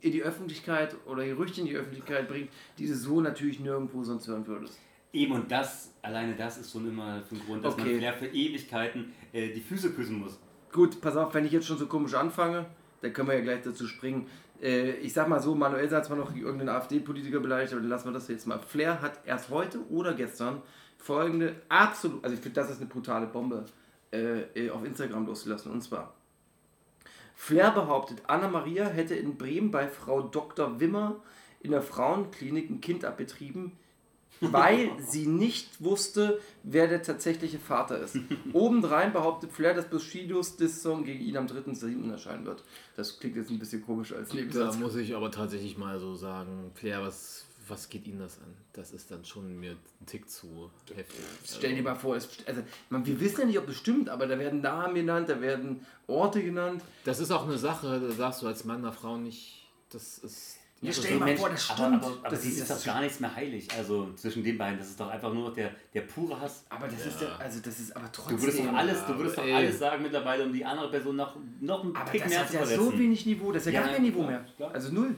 C: in die Öffentlichkeit oder Gerüchte in die Öffentlichkeit bringt, die du so natürlich nirgendwo sonst hören würdest.
D: Eben und das, alleine das ist schon immer ein Grund, dass
C: Okay.
D: man Flair für Ewigkeiten äh, die Füße küssen muss.
C: Gut, pass auf, wenn ich jetzt schon so komisch anfange, dann können wir ja gleich dazu springen. Äh, ich sag mal so, Manuel hat zwar noch irgendeinen AfD-Politiker beleidigt, aber dann lassen wir das jetzt mal. Flair hat erst heute oder gestern folgende absolut, also ich finde, das ist eine brutale Bombe, äh, äh, auf Instagram losgelassen. Und zwar, Flair behauptet, Anna Maria hätte in Bremen bei Frau Dr. Wimmer in der Frauenklinik ein Kind abgetrieben, weil sie nicht wusste, wer der tatsächliche Vater ist. Obendrein behauptet Flair, dass Bushidos Diss-Song gegen ihn am 3.7. erscheinen wird. Das klingt jetzt ein bisschen komisch als
B: Da
C: Nebensatz.
B: muss ich aber tatsächlich mal so sagen, Flair, was, was geht Ihnen das an? Das ist dann schon mir ein Tick zu heftig.
C: Stell dir mal vor, es, also, man, wir wissen ja nicht, ob es stimmt, aber da werden Namen genannt, da werden Orte genannt.
B: Also, Das ist auch eine Sache, da sagst du als Mann der Frau nicht, das ist.
C: Ja,
B: ihre
C: stell dir mal
B: Sache.
C: vor, das
D: Also Aber,
C: stimmt.
D: aber, aber
C: das
D: sie ist doch
C: das
D: gar nichts mehr heilig. Also zwischen den beiden, das ist doch einfach nur noch der, der pure Hass.
C: Aber das ist ja, also das ist aber trotzdem.
D: Du würdest doch alles, du würdest doch
B: ey.
D: alles sagen mittlerweile, um die andere Person noch, noch einen
C: aber
D: Tick
C: das
D: mehr
C: hat
D: zu
C: ja
D: verletzen.
C: so wenig Niveau, das ist ja,
D: Ja,
C: gar kein Niveau
D: klar,
C: mehr.
D: klar.
C: Also null.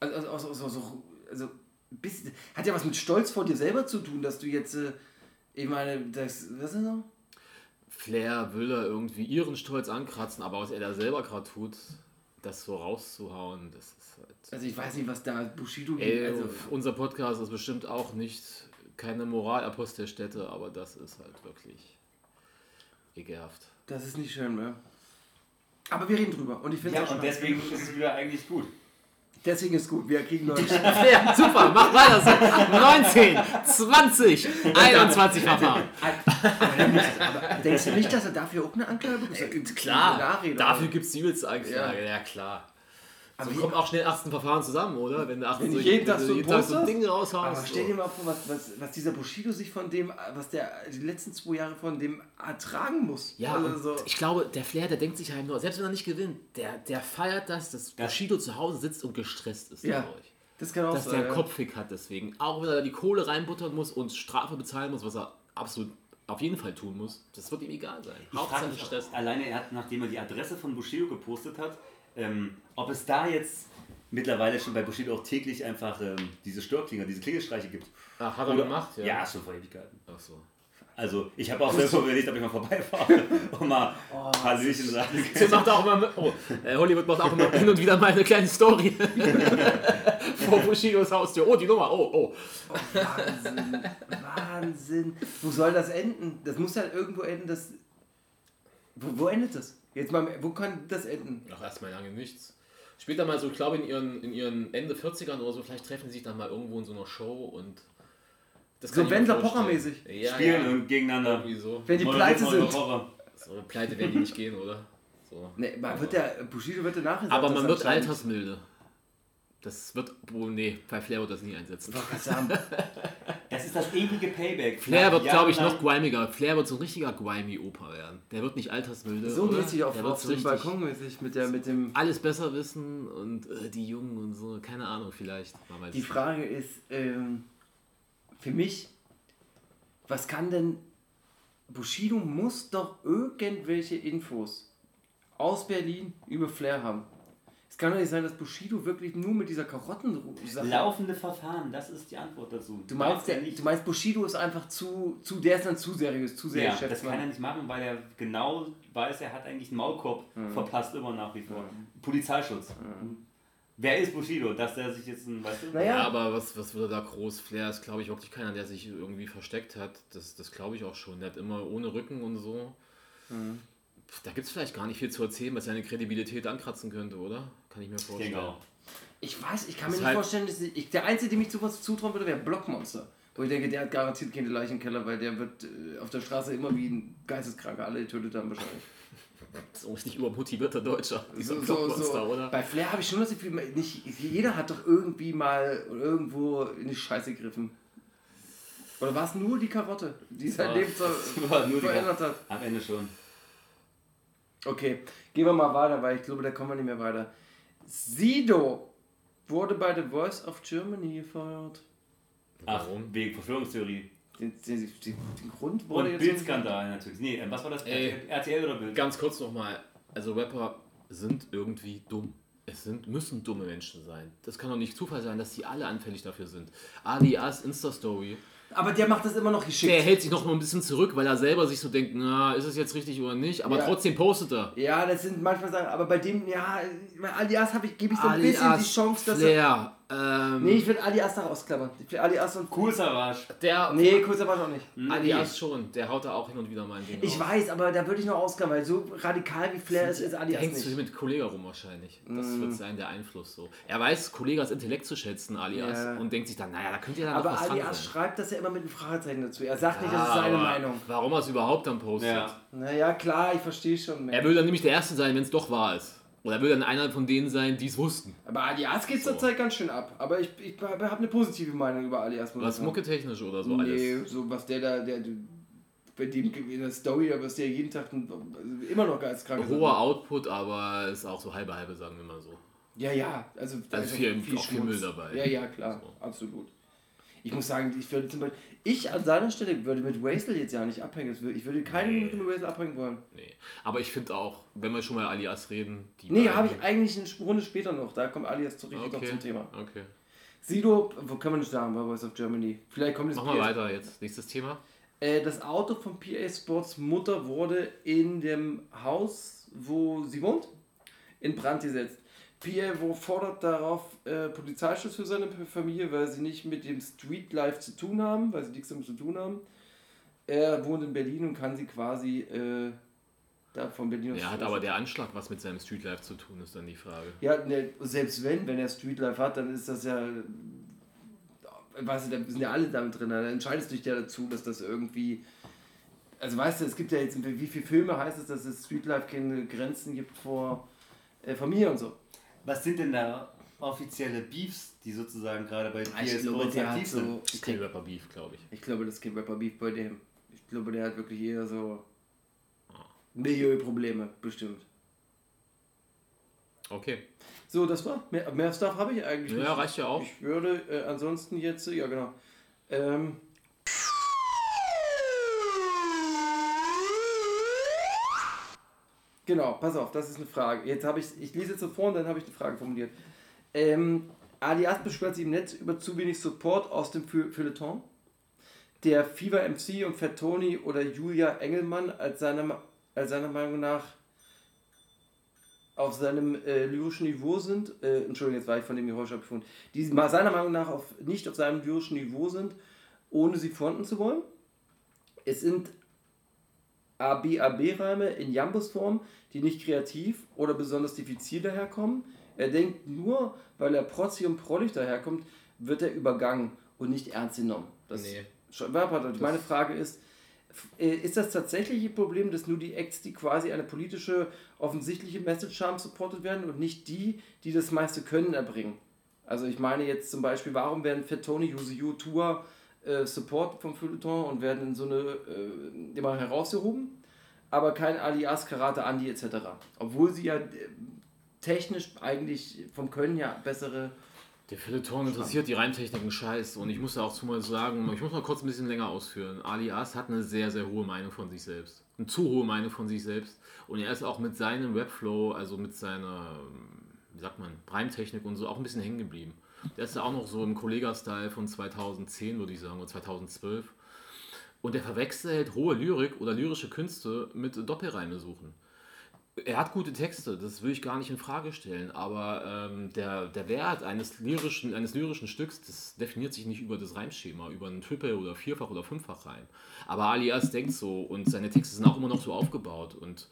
C: Also, also, also, also, also, also bis, hat ja was mit Stolz vor dir selber zu tun, dass du jetzt, äh, ich meine, das, was ist das noch?
B: Flair will da irgendwie ihren Stolz ankratzen, aber was er da selber gerade tut, das so rauszuhauen, das ist halt.
C: Also ich weiß nicht, was da Bushido
B: Ey,
C: also,
B: unser Podcast ist bestimmt auch nicht keine Moralapost der Städte, aber das ist halt wirklich ekelhaft.
C: das ist nicht schön, ne? Aber wir reden drüber und ich finde
D: Ja,
C: es auch
D: und
C: schön.
D: deswegen ist es wieder eigentlich gut.
C: deswegen ist gut, wir kriegen neuen
B: Flair, super, mach weiter so. 19, 20, 21 Papa.
C: Aber denkst du nicht, dass er dafür auch eine Anklage
D: Äh,
C: bekommt?
B: Klar,
C: Eine Nachrede,
B: dafür
C: oder?
B: gibt es die übelste Anklage, ja, klar.
C: Aber
B: So
C: wie-
B: kommen auch schnell ersten Verfahren zusammen, oder? Wenn du acht
C: Wenn
B: so-
C: ich jeden Tag
B: wenn
C: so
B: du
C: ein
B: so ein
C: Poster-
B: Ding raushaust.
C: Aber stell
B: so.
C: dir mal vor, was, was, was dieser Bushido sich von dem, was der die letzten zwei Jahre von dem ertragen muss.
B: Ja, und
C: also so.
B: ich glaube, der Flair, der denkt sich halt nur, selbst wenn er nicht gewinnt, der, der feiert das, dass Bushido zu Hause sitzt und gestresst ist,
C: Ja.
B: glaube ich.
C: Das kann auch
B: Dass der
C: sein.
B: einen Kopfhick hat deswegen. Auch wenn er da die Kohle reinbuttern muss und Strafe bezahlen muss, was er absolut auf jeden Fall tun muss, das wird ihm egal sein.
D: Ich frage
B: Hauptsache
D: mich,
B: Stress.
D: ob- alleine er hat, nachdem er die Adresse von Bushido gepostet hat, ähm, ob es da jetzt mittlerweile schon bei Bushido auch täglich einfach ähm, diese Störklinger, diese Klingelstreiche gibt.
B: Ach, hat er
D: Oder-
B: gemacht, ja.
D: Ja, schon vor Ewigkeiten.
B: Ach so.
D: Also, ich habe auch selbst mal überlegt, ob ich mal vorbeifahre und mal
C: Oh,
D: ein paar Löschen sagen
B: Tim macht auch immer, oh, äh, Hollywood macht auch immer hin und wieder mal eine kleine Story. Vor Bushidos Haustür. Oh, die Nummer, oh, oh.
C: Wahnsinn, Wahnsinn. Wo soll das enden? Das muss halt irgendwo enden, das. Wo, wo endet das? Jetzt mal, wo kann das enden?
B: Ach, erstmal lange nichts. Später mal so, ich glaube, in ihren, in ihren Ende 40ern oder so, vielleicht treffen sie sich dann mal irgendwo in so einer Show und. Das
C: So
B: kann ich mir
C: Wendler
B: vorstellen.
C: Pocher-mäßig.
B: Ja,
D: Spielen
B: ja.
D: und gegeneinander.
B: Irgendwie so.
C: Wenn die
D: Moderiert
C: pleite
D: mal über
C: sind.
D: Horror.
B: So pleite werden die nicht gehen, oder? So.
C: Nee, man wird der, Bushido wird der nachher
B: Aber man wird altersmilde. Das wird. Oh, nee, bei Flair wird das nie einsetzen.
D: Das ist das ewige Payback.
B: Flair
D: Nach
B: wird, glaube ich, noch
D: jahrelang-
B: grimiger. Flair wird so ein richtiger grimy Opa werden. Der wird nicht altersmilde.
C: So
B: oder?
C: mäßig auf,
B: der
C: auf
B: wird
C: dem Balkon mäßig mit, der, mit dem.
B: alles besser wissen und äh, die Jungen und so. Keine Ahnung, vielleicht. Man weiß
C: Die
B: es
C: Frage ist ähm, für mich, was kann denn Bushido muss doch irgendwelche Infos aus Berlin über Flair haben. Es kann doch nicht sein, dass Bushido wirklich nur mit dieser Karottensache.
D: Laufende Verfahren, das ist die Antwort dazu.
C: Du meinst, der,
D: ja nicht.
C: du meinst, Bushido ist einfach zu, zu, der ist dann zu seriös, zu sehr
D: ja, das kann er
C: Geschäftsmann.
D: nicht machen, weil er genau weiß, er hat eigentlich einen Maulkorb
C: Mhm.
D: verpasst immer nach wie vor. Polizeischutz. Wer ist Bushido? Dass der sich jetzt ein, weißt du?
C: Naja,
B: Ja, aber was, was würde da groß? Flair ist, glaube ich, wirklich keiner, der sich irgendwie versteckt hat. Das, das glaube ich auch schon. Der hat immer ohne Rücken und so.
C: Mhm.
B: Pff, Da gibt es vielleicht gar nicht viel zu erzählen, was seine Kredibilität ankratzen könnte, oder? Kann ich mir
D: Ich
B: vorstellen.
D: denke auch.
C: ich weiß, ich kann mir
B: Ist
C: nicht
B: halt-
C: vorstellen, dass ich, der Einzige, dem ich sowas zutrauen würde, wäre Blockmonster. Wo ich denke, der hat garantiert keine Leichen im Keller, weil der wird äh, auf der Straße immer wie ein Geisteskranker alle getötet haben wahrscheinlich.
B: So richtig übermotivierter Deutscher.
C: So,
B: Dieser
C: so,
B: Blockmonster,
C: so.
B: oder?
C: Bei Flair habe ich schon das Gefühl, nicht, jeder hat doch irgendwie mal irgendwo in die Scheiße gegriffen. Oder war es nur die Karotte, die sein
B: Ja.
C: Leben ver
D: War nur die
C: verändert hat?
D: Am Ende schon.
C: Okay, gehen wir mal weiter, weil ich glaube, da kommen wir nicht mehr weiter. Sido wurde bei The Voice of Germany gefeuert.
D: Ach,
B: Warum?
D: wegen Verschwörungstheorie.
C: Den, den, den, den Grund wurde
D: Und
C: jetzt...
D: Bildskandal natürlich. Nee, ähm, was war das?
B: Ey.
D: RTL oder Bild?
B: Ganz kurz nochmal. Also Rapper sind irgendwie dumm. Es sind, müssen dumme Menschen sein. Das kann doch nicht Zufall sein, dass die alle anfällig dafür sind. Alias Insta-Story.
C: Aber der macht das immer noch
B: Der
C: geschickt.
B: hält sich noch mal ein bisschen zurück, weil er selber sich so denkt, na, ist es jetzt richtig oder nicht? Aber
C: Ja.
B: trotzdem postet er.
C: Ja, das sind manchmal Sachen, aber bei dem, ja, bei Alias habe ich, gebe ich so ein bisschen die
B: Alias
C: Chance, dass er...
B: Flair, Ähm,
C: Nee, ich will Adi Aster ausklammern. Ich will Adi Aster und.
D: Cool, Savage.
B: Der
C: Nee, kurzer war auch nicht.
B: Hm? Adias schon, der haut da auch hin und wieder mal ein Ding
C: Ich
B: raus.
C: weiß, aber da würde ich noch ausklammern, weil so radikal wie Flair ist, ist Adi
B: Der hängt
C: Aster
B: sich
C: nicht. Mhm.
B: mit Kollega rum wahrscheinlich. Das wird sein, der Einfluss so. Er weiß Kollegas Intellekt zu schätzen, Alias,
C: Ja.
B: und denkt sich dann, naja, da könnte ja dann
C: Aber
B: noch was
C: Adi
B: dran
C: Aster
B: sein.
C: schreibt das ja immer mit einem Fragezeichen dazu. Er sagt nicht,
B: Ja,
C: das ist seine
B: aber
C: Meinung.
B: Warum er es überhaupt dann postet?
D: Ja.
C: Naja, klar, ich verstehe schon.
B: Er
C: Man.
B: will dann nämlich der Erste sein, wenn es doch wahr ist. Oder er will dann einer von denen sein, die es wussten.
C: Aber Alias geht zurzeit ganz schön ab. Aber ich, ich habe eine positive Meinung über Alias. muss ich
B: Was
C: sagen.
B: mucketechnisch oder so
C: Mhm. Nee,
B: alles.
C: so was der da, der, bei dem in der Story, da was der jeden Tag ein- also immer noch geisteskrank ist.
B: Hoher Output, aber ist auch so halbe halbe, sagen wir mal so.
C: Ja, ja, also da
B: Also
C: ist
B: viel- auch viel
C: Schmutz.
B: Müll dabei.
C: Ja, ja, klar, absolut. Ich muss sagen, ich würde zum Beispiel, ich an seiner Stelle würde mit Wastel jetzt ja nicht abhängen. Das würde- Ich würde keine
B: Nee.
C: Minute mit Wastel abhängen wollen.
B: Nee. Aber ich finde auch, wenn wir schon mal Alias reden, die.
C: Nee,
B: beiden-
C: habe ich eigentlich eine Runde später noch. Da kommt Alias zu richtig noch
B: Okay.
C: zum Thema.
B: Okay.
C: Sido, wo können wir nicht sagen, bei Voice of Germany. Vielleicht kommt das
B: Mach mal
C: PS
B: weiter jetzt. Nächstes Thema.
C: Äh, das Auto von PA Sports Mutter wurde in dem Haus, wo sie wohnt, in Brand gesetzt. PA wo fordert darauf äh, Polizeischutz für seine Familie, weil sie nicht mit dem Streetlife zu tun haben, weil sie nichts damit zu tun haben. Er wohnt in Berlin und kann sie quasi äh, da von Berlin aus.
B: Ja, hat aber der Anschlag was mit seinem Streetlife zu tun, ist dann die Frage.
C: Ja, ne, selbst wenn, wenn er Streetlife hat, dann ist das ja. Weißt du, da sind ja alle damit drin. Dann entscheidest du dich ja dazu, dass das irgendwie. Also weißt du, es gibt ja jetzt, wie viele Filme heißt es, dass es Streetlife keine Grenzen gibt vor äh, Familie und so.
D: Was sind denn da offizielle Beefs, die sozusagen gerade bei
C: Ich
D: PS
C: glaube,
D: Sports
C: der hat
D: aktiv
C: so.
D: sind?
C: Ich,
B: Kein
C: denk-
B: Rapper Beef, glaube ich.
C: ich glaube, das ist kein Rapper Beef bei dem. Ich glaube, der hat wirklich eher so. Ah. Milieuprobleme, bestimmt.
B: Okay.
C: So, das war. Mehr, mehr Stuff habe ich eigentlich
B: Ja, reicht ja auch.
C: Ich würde äh, ansonsten jetzt, ja genau. Ähm, genau, pass auf, das ist eine Frage. Jetzt habe ich, ich lese jetzt so vor und dann habe ich eine Frage formuliert. Ähm, Alias beschwert sich im Netz über zu wenig Support aus dem Feu- Feuilleton. Der Fever MC und Fat Tony oder Julia Engelmann als seiner, als seiner Meinung nach auf seinem äh, lyrischen Niveau sind, äh, Entschuldigung, jetzt war ich von dem Geräusch abgefunden, die ma- seiner Meinung nach auf, nicht auf seinem lyrischen Niveau sind, ohne sie fronten zu wollen. Es sind ABAB-Reime in Jambusform, die nicht kreativ oder besonders diffizil daherkommen. Er denkt nur, weil er protzi und prollig daherkommt, wird er übergangen und nicht ernst genommen. Das
B: Nee.
C: Sch- war aber- Meine Frage ist, f- äh, ist das tatsächliche Problem, dass nur die Acts, die quasi eine politische, offensichtliche Message haben, supported werden und nicht die, die das meiste können, erbringen? Also ich meine jetzt zum Beispiel, warum werden Fat Tony, Use You, Tour äh, Support vom Feuilleton und werden in so eine äh, immer herausgehoben, aber kein Alias, Karate, Andi etc. Obwohl sie ja äh, technisch eigentlich vom Können ja bessere...
B: Der Feuilleton interessiert die Reimtechniken scheiß und ich muss da auch zumal sagen, ich muss mal kurz ein bisschen länger ausführen. Alias hat eine sehr, sehr hohe Meinung von sich selbst. Eine zu hohe Meinung von sich selbst. Und er ist auch mit seinem Rapflow, also mit seiner, wie sagt man, Reimtechnik und so, auch ein bisschen hängen geblieben. Der ist ja auch noch so im Kollega-Style von 2010, würde ich sagen, oder 2012. Und er verwechselt hohe Lyrik oder lyrische Künste mit Doppelreime suchen. Er hat gute Texte, das will ich gar nicht in Frage stellen, aber ähm, der, der Wert eines lyrischen, eines lyrischen Stücks, das definiert sich nicht über das Reimschema, über einen Triple- oder Vierfach- oder Fünffach-Reim. Aber Alias denkt so und seine Texte sind auch immer noch so aufgebaut und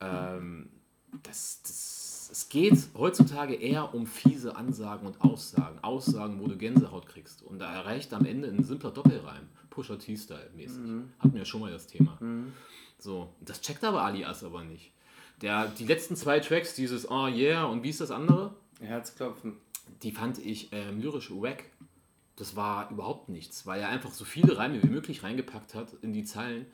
B: ähm, das, das, es geht heutzutage eher um fiese Ansagen und Aussagen. Aussagen, wo du Gänsehaut kriegst. Und da erreicht am Ende ein simpler Doppelreim. Pusher T-Style mäßig. Hatten wir schon mal das Thema. So, das checkt aber Alias aber nicht. Der, die letzten zwei Tracks, dieses Oh yeah und wie ist das andere,
C: Herzklopfen.
B: die fand ich ähm, lyrisch wack. Das war überhaupt nichts, weil er einfach so viele Reime wie möglich reingepackt hat in die Zeilen.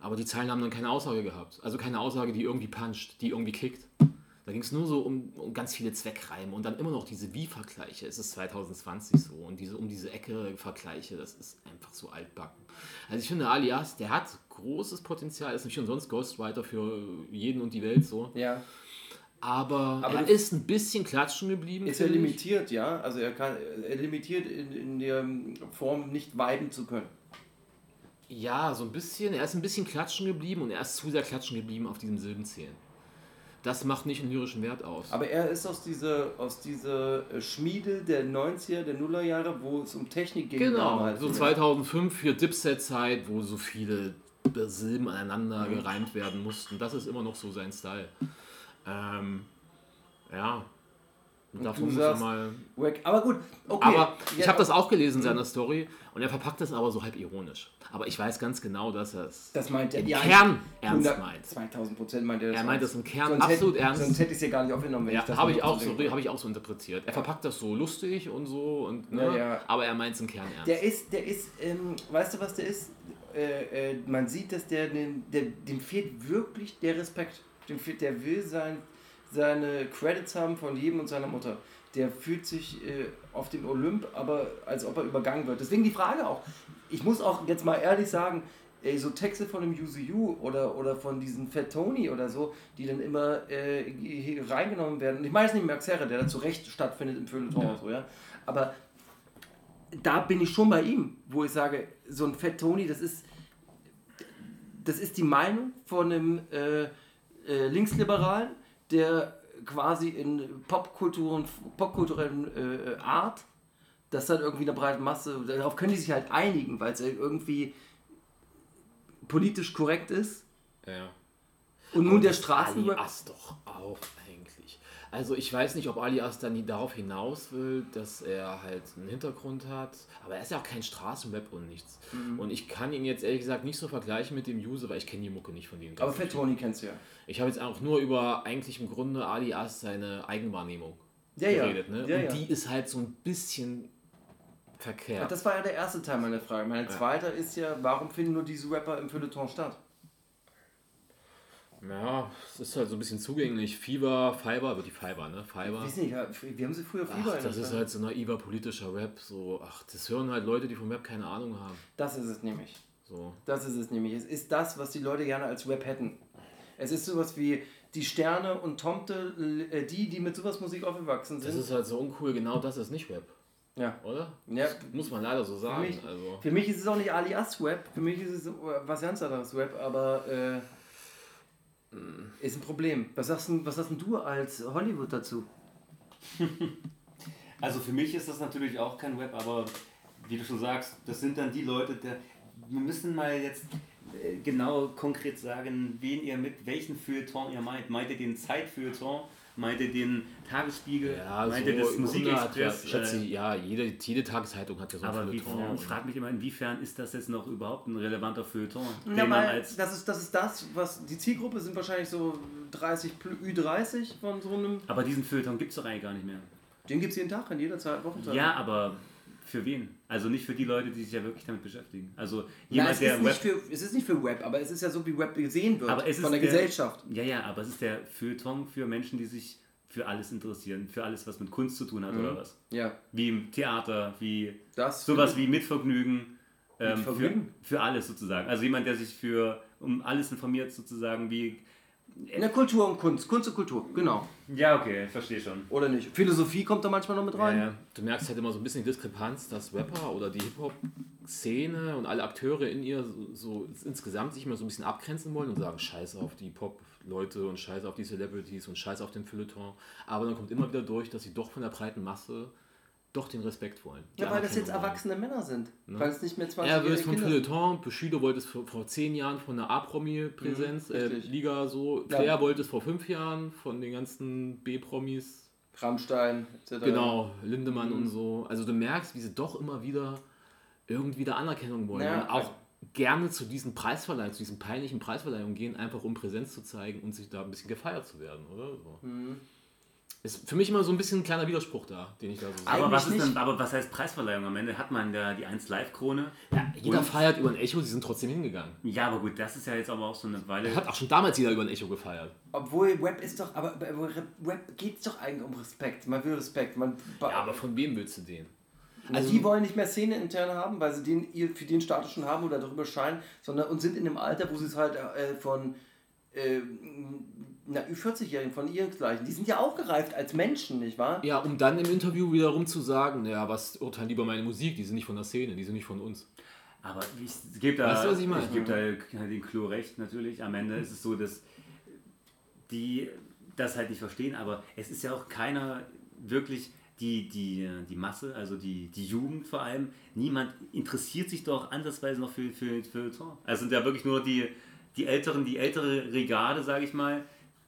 B: Aber die Zeilen haben dann keine Aussage gehabt. Also keine Aussage, die irgendwie puncht, die irgendwie kickt. Da ging es nur so um, um ganz viele Zweckreime und dann immer noch diese Wie-Vergleiche. Es ist 2020 so und diese um diese Ecke-Vergleiche, das ist einfach so altbacken. Also ich finde, Alias, der hat großes Potenzial, ist nicht umsonst Ghostwriter für jeden und die Welt so.
C: Ja.
B: Aber,
C: Aber
B: er
C: du-
B: ist ein bisschen klatschen geblieben.
C: Ist er
B: finde ich.
C: limitiert, ja? Also er kann er limitiert in, in der Form nicht weiben zu können.
B: Ja, so ein bisschen. Er ist ein bisschen klatschen geblieben und er ist zu sehr klatschen geblieben auf diesem Silbenzählen. das macht nicht einen lyrischen Wert aus.
C: Aber er ist aus dieser, aus dieser äh, Schmiede der 90er, der Nullerjahre, wo es um Technik ging.
B: Genau,
C: damals. ne?
B: so 2005 für Dipset-Zeit, wo so viele Silben aneinander gereimt werden mussten. Das ist immer noch so sein Style. Ähm, ja. Und davon
C: du
B: muss er
C: sagst,
B: mal.
C: Wack. Aber gut, okay. Mhm.
B: Aber ich
C: Ja,
B: habe das auch gelesen in seiner Story und er verpackt das aber so halb ironisch. Aber ich weiß ganz genau, dass er es
C: Das meint er. Ja,
B: Kern ernst
C: 100
B: meint.
C: 2000 Prozent meint er das.
B: Er meint
C: ernst.
B: das im Kern
C: Sonst hätte-
B: absolut ernst.
C: Sonst hätte ich es ja gar nicht aufgenommen, wenn ich
B: Ja,
C: das
B: habe
C: nur
B: ich, auch so,
C: denke.
B: habe ich auch so interpretiert. Er verpackt das so lustig und so, und, ne?
C: Ja, ja.
B: aber er meint es im Kern ernst.
C: Der ist, der ist, ähm, weißt du was der ist? Äh, äh, man sieht, dass der, den- der, dem fehlt wirklich der Respekt. Dem fehlt, der will sein, seine Credits haben von jedem und seiner Mutter. Der fühlt sich äh, auf den Olymp, aber als ob er übergangen wird. Deswegen die Frage auch. Ich muss auch jetzt mal ehrlich sagen, ey, so Texte von dem UCU oder, oder von diesen Fat Tony oder so, die dann immer äh, hier reingenommen werden. Und ich meine es nicht Max Herre, der da zu Recht stattfindet im Feuilleton ja. so, ja. Aber da bin ich schon bei ihm, wo ich sage, so ein Fat Tony, das ist, das ist die Meinung von einem äh, äh, Linksliberalen, der quasi in Popkultur und popkulturellen äh, äh, Art, das dann irgendwie in der breiten Masse, darauf können die sich halt einigen, weil es halt irgendwie politisch korrekt ist.
B: ja.
C: Und nun der
B: Das
C: Straßenrap.
B: Alias doch auf eigentlich. Also ich weiß nicht, ob Alias dann nie darauf hinaus will, dass er halt einen Hintergrund hat. Aber er ist ja auch kein Straßenrap und nichts.
C: Mhm.
B: Und ich kann ihn jetzt ehrlich gesagt nicht so vergleichen mit dem User, weil ich kenne die Mucke nicht von denen.
C: Aber Fat Tony kennst du ja.
B: Ich habe jetzt auch nur über eigentlich im Grunde Alias seine Eigenwahrnehmung
C: Ja, ja.
B: geredet. Ne?
C: Ja,
B: und
C: ja.
B: die ist halt so ein bisschen verkehrt.
C: Ach, das war ja der erste Teil meiner Frage. Mein zweiter ist ja, warum finden nur diese Rapper im Feuilleton statt?
B: ja, es ist halt so ein bisschen zugänglich. Fieber, Fiber, wird die Fiber, ne? Fiber.
C: Ich weiß nicht, ja, wir haben sie früher Fieber
B: Ach, das
C: genannt,
B: ist
C: ja.
B: halt so naiver politischer Rap. So, ach, das hören halt Leute, die vom Rap keine Ahnung haben.
C: Das ist es nämlich.
B: So.
C: Das ist es nämlich. Es ist das, was die Leute gerne als Rap hätten. Es ist sowas wie die Sterne und Tomte, l- äh, die, die mit sowas Musik aufgewachsen
B: Das
C: sind.
B: ist halt so uncool, genau das ist nicht Rap,
C: ja.
B: oder?
C: Ja.
B: Das muss man leider so
C: Für
B: sagen.
C: mich,
B: also.
C: für mich ist es auch nicht Alias Rap, für mich ist es äh, was ganz anderes Rap, aber äh, ist ein Problem. Was sagst, denn, was sagst denn du als Hollywood dazu?
D: Also für mich ist das natürlich auch kein Web, aber wie du schon sagst, das sind dann die Leute, der, wir müssen mal jetzt äh, genau konkret sagen, wen ihr mit welchen Feuilleton ihr meint. Meint ihr den Zeitfeuilleton? Meint ihr den Tagesspiegel?
B: Ja,
D: meint
B: so
D: ihr das
B: im Grunde hat ja-
D: Musikexpress?
B: Schätze,
D: Äh,
B: ja, jede, jede Tageszeitung hat ja so
D: aber
B: viele
D: wie,
B: Tore.
D: ich frage mich immer, inwiefern ist das jetzt noch überhaupt ein relevanter Feuilleton? den
C: Na,
D: man
C: weil
D: als,
C: das, ist, das ist das, was die Zielgruppe sind wahrscheinlich so 30, pl- Ü30 von so einem.
D: aber diesen Feuilleton gibt es doch eigentlich gar nicht mehr.
C: Den gibt es jeden Tag, in jeder Zeit, Wochenzeit.
D: Ja, aber für wen? Also nicht für die Leute, die sich ja wirklich damit beschäftigen. Also
C: Ja,
D: jemand,
C: es,
D: der
C: ist
D: Web
C: nicht für, es ist nicht für Web, aber es ist ja so, wie Web gesehen wird
D: Aber es
C: von
D: ist
C: der Gesellschaft.
D: Ja, ja, aber es ist der Feuilleton für Menschen, die sich für alles interessieren, für alles, was mit Kunst zu tun hat oder was.
C: Ja,
D: Wie im Theater, wie
C: das.
D: sowas wie Mitvergnügen. Ähm,
C: Mitvergnügen?
D: Für, für alles sozusagen. Also jemand, der sich für um alles informiert sozusagen, wie...
C: In der Kultur und Kunst, Kunst und Kultur, genau.
D: Ja, okay, ich verstehe schon.
C: Oder nicht? Philosophie kommt da manchmal noch mit
B: Ja,
C: rein.
B: ja. Du merkst halt immer so ein bisschen die Diskrepanz, dass Rapper oder die Hip-Hop-Szene und alle Akteure in ihr so, so insgesamt sich immer so ein bisschen abgrenzen wollen und sagen, scheiße auf die Pop-Leute und scheiße auf die Celebrities und scheiße auf den Feuilleton. Aber dann kommt immer wieder durch, dass sie doch von der breiten Masse doch den Respekt wollen. Die
C: Ja, weil das jetzt
B: Anerkennung wollen.
C: erwachsene Männer sind.
D: Ne?
C: Weil es nicht mehr 20
B: Er will es vom
C: Kinder sind.
B: Feuilleton, Bushido wollte es vor, vor zehn Jahren von der A-Promi-Präsenz, äh,
C: Mhm, richtig.
B: Liga so,
C: Ja.
B: Flair wollte es vor fünf Jahren von den ganzen B-Promis,
C: Rammstein, etc.
B: genau, Lindemann und so. Also du merkst, wie sie doch immer wieder irgendwie da Anerkennung wollen.
C: Ja.
B: und auch gerne zu diesen Preisverleihungen, zu diesen peinlichen Preisverleihungen gehen, einfach um Präsenz zu zeigen und sich da ein bisschen gefeiert zu werden, oder? So. Ist für mich immer so ein bisschen ein kleiner Widerspruch da, den ich da so sehe.
D: Aber was,
C: Eigentlich
D: ist denn,
C: nicht.
D: aber was heißt Preisverleihung? Am Ende hat man da die 1-Live-Krone. Ja,
B: Jeder feiert über ein Echo, sie sind trotzdem hingegangen.
D: ja, aber gut, das ist ja jetzt aber auch so eine Weile...
B: Hat auch schon damals jeder über ein Echo gefeiert.
C: Obwohl Web ist doch, aber bei Web geht es doch eigentlich um Respekt. Man will Respekt. Man,
B: Ja, aber von wem willst du den? Mhm.
C: Also die wollen nicht mehr Szene intern haben, weil sie den ihr- für den Status schon haben oder darüber scheinen, sondern und sind in dem Alter, wo sie es halt äh, von äh, einer Ü40-Jährigen, von ihrengleichen, die sind ja auch gereift als Menschen, nicht wahr?
B: Ja, um dann im Interview wiederum zu sagen, naja, was urteilen die über meine Musik? Die sind nicht von der Szene, die sind nicht von uns.
D: Aber ich gebe da,
B: Weißt du, was ich meine? Mhm.
D: ich geb da den Klo recht natürlich. Am Ende ist es so, dass die das halt nicht verstehen, aber es ist ja auch keiner wirklich die, die, die Masse, also die, die Jugend vor allem, niemand interessiert sich doch ansatzweise noch für, für, für Tor. Also sind ja wirklich nur die, die älteren, die ältere Regarde, sage ich mal,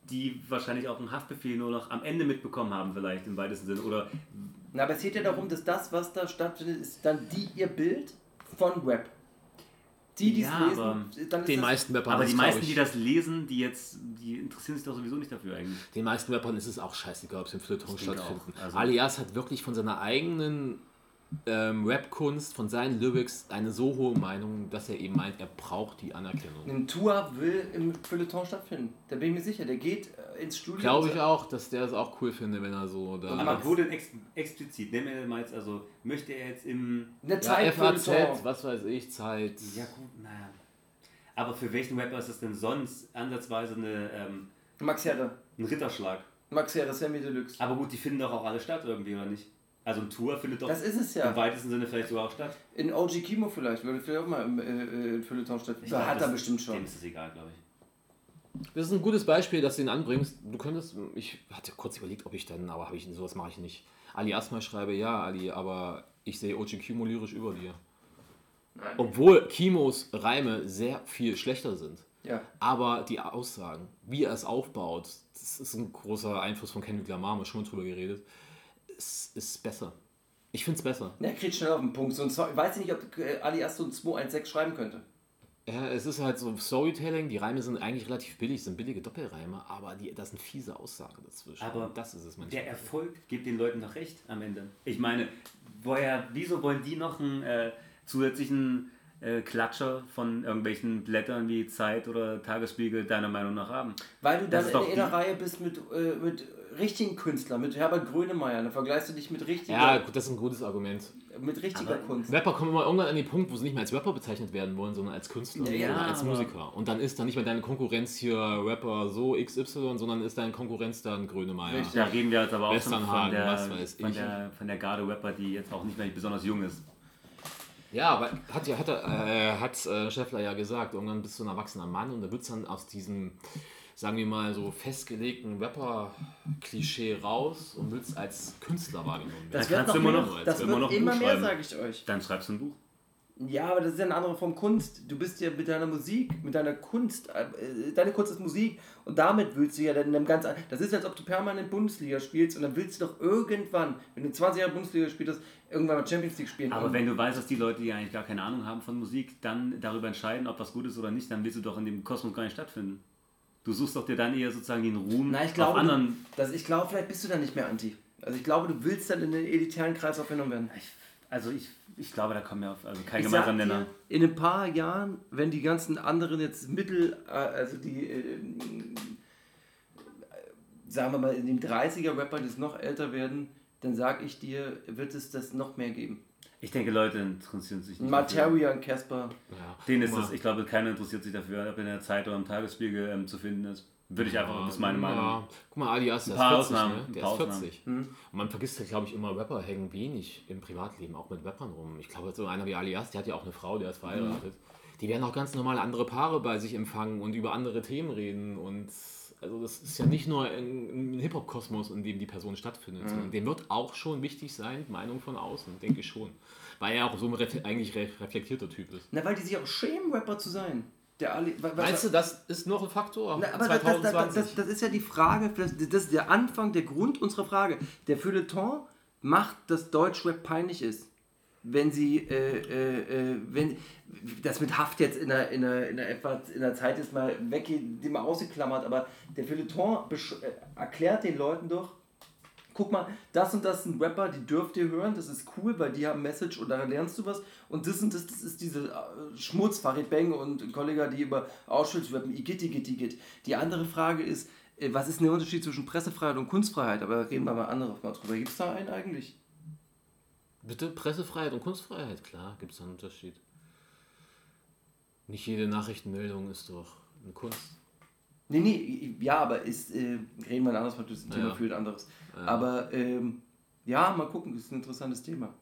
D: die wahrscheinlich auch einen Haftbefehl nur noch am Ende mitbekommen haben, vielleicht im weitesten Sinne. Oder
C: Na, aber es geht ja darum, dass das, was da stattfindet, ist dann die ihr Bild von Web. Die, die es
D: Ja, aber
C: lesen, dann ist
B: Den
C: das-
B: meisten Webbahn
D: aber
B: ist
D: die
B: es,
D: meisten,
B: glaub
D: die
B: ich,
D: das lesen, die jetzt, die interessieren sich doch sowieso nicht dafür eigentlich.
B: Den meisten Rappern ist es auch scheißegal, ob es im Flirton
D: denke
B: stattfindet.
D: auch. Also-
B: Alias hat wirklich von seiner eigenen ähm, Rap-Kunst, von seinen Lyrics eine so hohe Meinung, dass er eben meint, er braucht die Anerkennung.
C: Ein Tour will im Feuilleton stattfinden. Da bin ich mir sicher. Der geht äh, ins Studio.
B: Glaube ich auch, dass der es auch cool finde, wenn er so da.
D: Aber wo denn ex explizit? Nehmen wir mal jetzt, also möchte er jetzt im.
C: Eine
B: ja,
C: Zeit
B: FAZ,
C: Feuilleton.
B: was weiß ich, Zeit.
D: Ja, gut, naja. Aber für welchen Rapper ist das denn sonst ansatzweise eine, ähm,
C: Max Herre.
D: ein Ritterschlag?
C: Max Herre, Sammy Deluxe.
D: Aber gut, die finden doch auch alle statt irgendwie, oder nicht? Also ein Tour findet doch
C: Das ist es
D: im
C: ja.
D: weitesten Sinne vielleicht sogar auch statt.
C: In OG Kimo vielleicht. Würde vielleicht auch mal im äh, äh, Feuilleton stattfinden.
D: glaub,
C: Hat er
D: das-
C: bestimmt
D: Dem
C: schon.
D: ist es egal, glaube ich.
B: Das ist ein gutes Beispiel, dass du ihn anbringst. Du könntest, ich hatte kurz überlegt, ob ich dann, aber habe ich sowas mache ich nicht. Ali Asma schreibe, ja, Ali, aber ich sehe Ochi Kimo lyrisch über dir. Obwohl Kimos Reime sehr viel schlechter sind.
C: Ja.
B: Aber die Aussagen, wie er es aufbaut, das ist ein großer Einfluss von Kendrick Lamar, haben wir schon drüber geredet. Es ist besser. Ich finde es besser.
C: Ja, kriegt schnell auf den Punkt. So ein Song, weiß ich nicht, ob äh, Ali erst so ein 216 schreiben könnte.
B: Ja, es ist halt so Storytelling, die Reime sind eigentlich relativ billig, sind billige Doppelreime, aber die, da sind fiese Aussagen dazwischen.
D: Aber
B: Und das ist es manchmal.
D: Der Erfolg gibt den Leuten doch recht am Ende. Ich meine, woher, wieso wollen die noch einen äh, zusätzlichen äh, Klatscher von irgendwelchen Blättern wie Zeit oder Tagesspiegel deiner Meinung nach haben?
C: Weil du
D: Das
C: dann
D: ist
C: in
D: doch
C: einer
D: die-
C: Reihe bist mit, äh, mit richtigen Künstlern, mit Herbert Grönemeyer. Dann vergleichst du dich mit
B: Ja,
C: richtiger,
B: gut, das ist ein gutes Argument.
C: mit richtiger
D: Aber-
C: Kunst.
B: Rapper kommen immer irgendwann an den Punkt, wo sie nicht mehr als Rapper bezeichnet werden wollen, sondern als Künstler
C: Ja,
B: oder als
D: aber-
B: Musiker. Und dann ist dann nicht mehr deine Konkurrenz hier Rapper so XY, sondern ist deine Konkurrenz dann Grönemeyer.
D: Da reden wir jetzt aber auch schon von
B: Westernhagen,
D: der,
B: was weiß
D: von
B: ich.
D: der, von der Garde-Rapper, die jetzt auch nicht mehr besonders jung ist.
B: Ja, aber hat ja, hat, er, äh, hat äh, Schäffler ja gesagt, irgendwann bist du ein erwachsener Mann und da wird dann aus diesem, sagen wir mal, so festgelegten Rapper-Klischee raus und willst als Künstler wahrgenommen werden.
C: Das wird
D: kannst
C: noch
D: du
C: mehr,
D: immer noch-
C: das
D: immer
C: wird immer,
D: noch ein Buch
C: mehr,
D: schreiben.
C: sage ich euch.
D: Dann schreibst du ein Buch.
C: Ja, aber das ist ja eine andere Form Kunst. Du bist ja mit deiner Musik, mit deiner Kunst, äh, äh, deine Kunst ist Musik und damit willst du ja dann in einem ganz an- Das ist, als ob du permanent Bundesliga spielst und dann willst du doch irgendwann, wenn du 20 Jahre Bundesliga gespielt hast, irgendwann mal Champions League spielen.
D: Aber
C: Und
D: wenn du weißt, dass die Leute, die eigentlich gar keine Ahnung haben von Musik, dann darüber entscheiden, ob was gut ist oder nicht, dann willst du doch in dem Kosmos gar nicht stattfinden. Du suchst doch dir dann eher sozusagen den Ruhm
C: Na, ich glaube,
D: auf anderen.
C: du, dass ich glaube, vielleicht bist du dann nicht mehr anti. Also ich glaube, du willst dann in den elitären Kreis aufgenommen werden.
D: Ich, also ich, ich glaube, da kommen wir auf also kein
C: Ich sag
D: gemeinsamer
C: dir,
D: Nenner.
C: in ein paar Jahren, wenn die ganzen anderen jetzt Mittel, äh, also die, äh, äh, sagen wir mal, in den 30er-Rapper, die noch älter werden, dann sag ich dir, wird es das noch mehr geben.
D: Ich denke, Leute interessieren sich nicht. dafür.
C: Materia und Casper.
B: Ja.
D: Denen ist
B: Guck
D: es,
B: mal.
D: ich glaube, keiner interessiert sich dafür, ob in der Zeit oder im Tagesspiegel ähm, zu finden ist. Würde ich einfach, das ist meine Meinung.
B: Ja. Guck mal, Alias, der
D: Ein paar
B: ist 40,
D: Ausnahmen,
B: ne?
D: ein
B: Der
D: paar
B: ist
D: Ausnahmen.
B: 40. Und man vergisst ja, glaube ich, immer, Rapper hängen wenig im Privatleben, auch mit Rappern rum. Ich glaube, so einer wie Alias, der hat ja auch eine Frau, der ist verheiratet. Die werden auch ganz normal andere Paare bei sich empfangen und über andere Themen reden. Und also das ist ja nicht nur ein, ein Hip-Hop-Kosmos, in dem die Person stattfindet, sondern dem wird auch schon wichtig sein, Meinung von außen, denke ich schon. Weil er auch so ein ref- eigentlich re- reflektierter Typ ist.
C: Na, weil die sich auch schämen, Rapper zu sein. Der Ali, wa- wa-
B: Meinst du, das ist noch ein Faktor?
C: Na, aber das, das, das,
B: 2020?
C: das, das ist ja die Frage, das, das ist der Anfang, der Grund unserer Frage. Der Feuilleton macht, dass Deutschrap peinlich ist. Wenn sie, äh, äh, äh, wenn das mit Haft jetzt in der, in der, in der, etwas, in der Zeit ist mal weg, die mal ausgeklammert, aber der Feuilleton besch- äh, erklärt den Leuten doch, guck mal, das und das sind Rapper, die dürft ihr hören, das ist cool, weil die haben Message und da lernst du was. Und das und das, das ist diese äh, Schmutz, Farid Bang und Kollege, die über Auschwitz rappen, igitt, igitt, igitt. Die andere Frage ist, äh, was ist denn der Unterschied zwischen Pressefreiheit und Kunstfreiheit? Aber da reden wir mal andere mal drüber. Gibt es da einen eigentlich?
B: Bitte Pressefreiheit und Kunstfreiheit, klar, gibt es da einen Unterschied. Nicht jede Nachrichtenmeldung ist doch eine Kunst.
C: Nee, nee, ja, aber ist, äh, reden wir ein anderes Mal, das ist ein Thema
B: Ja.
C: für ein anderes. Aber ähm, ja, mal gucken, das ist ein interessantes Thema.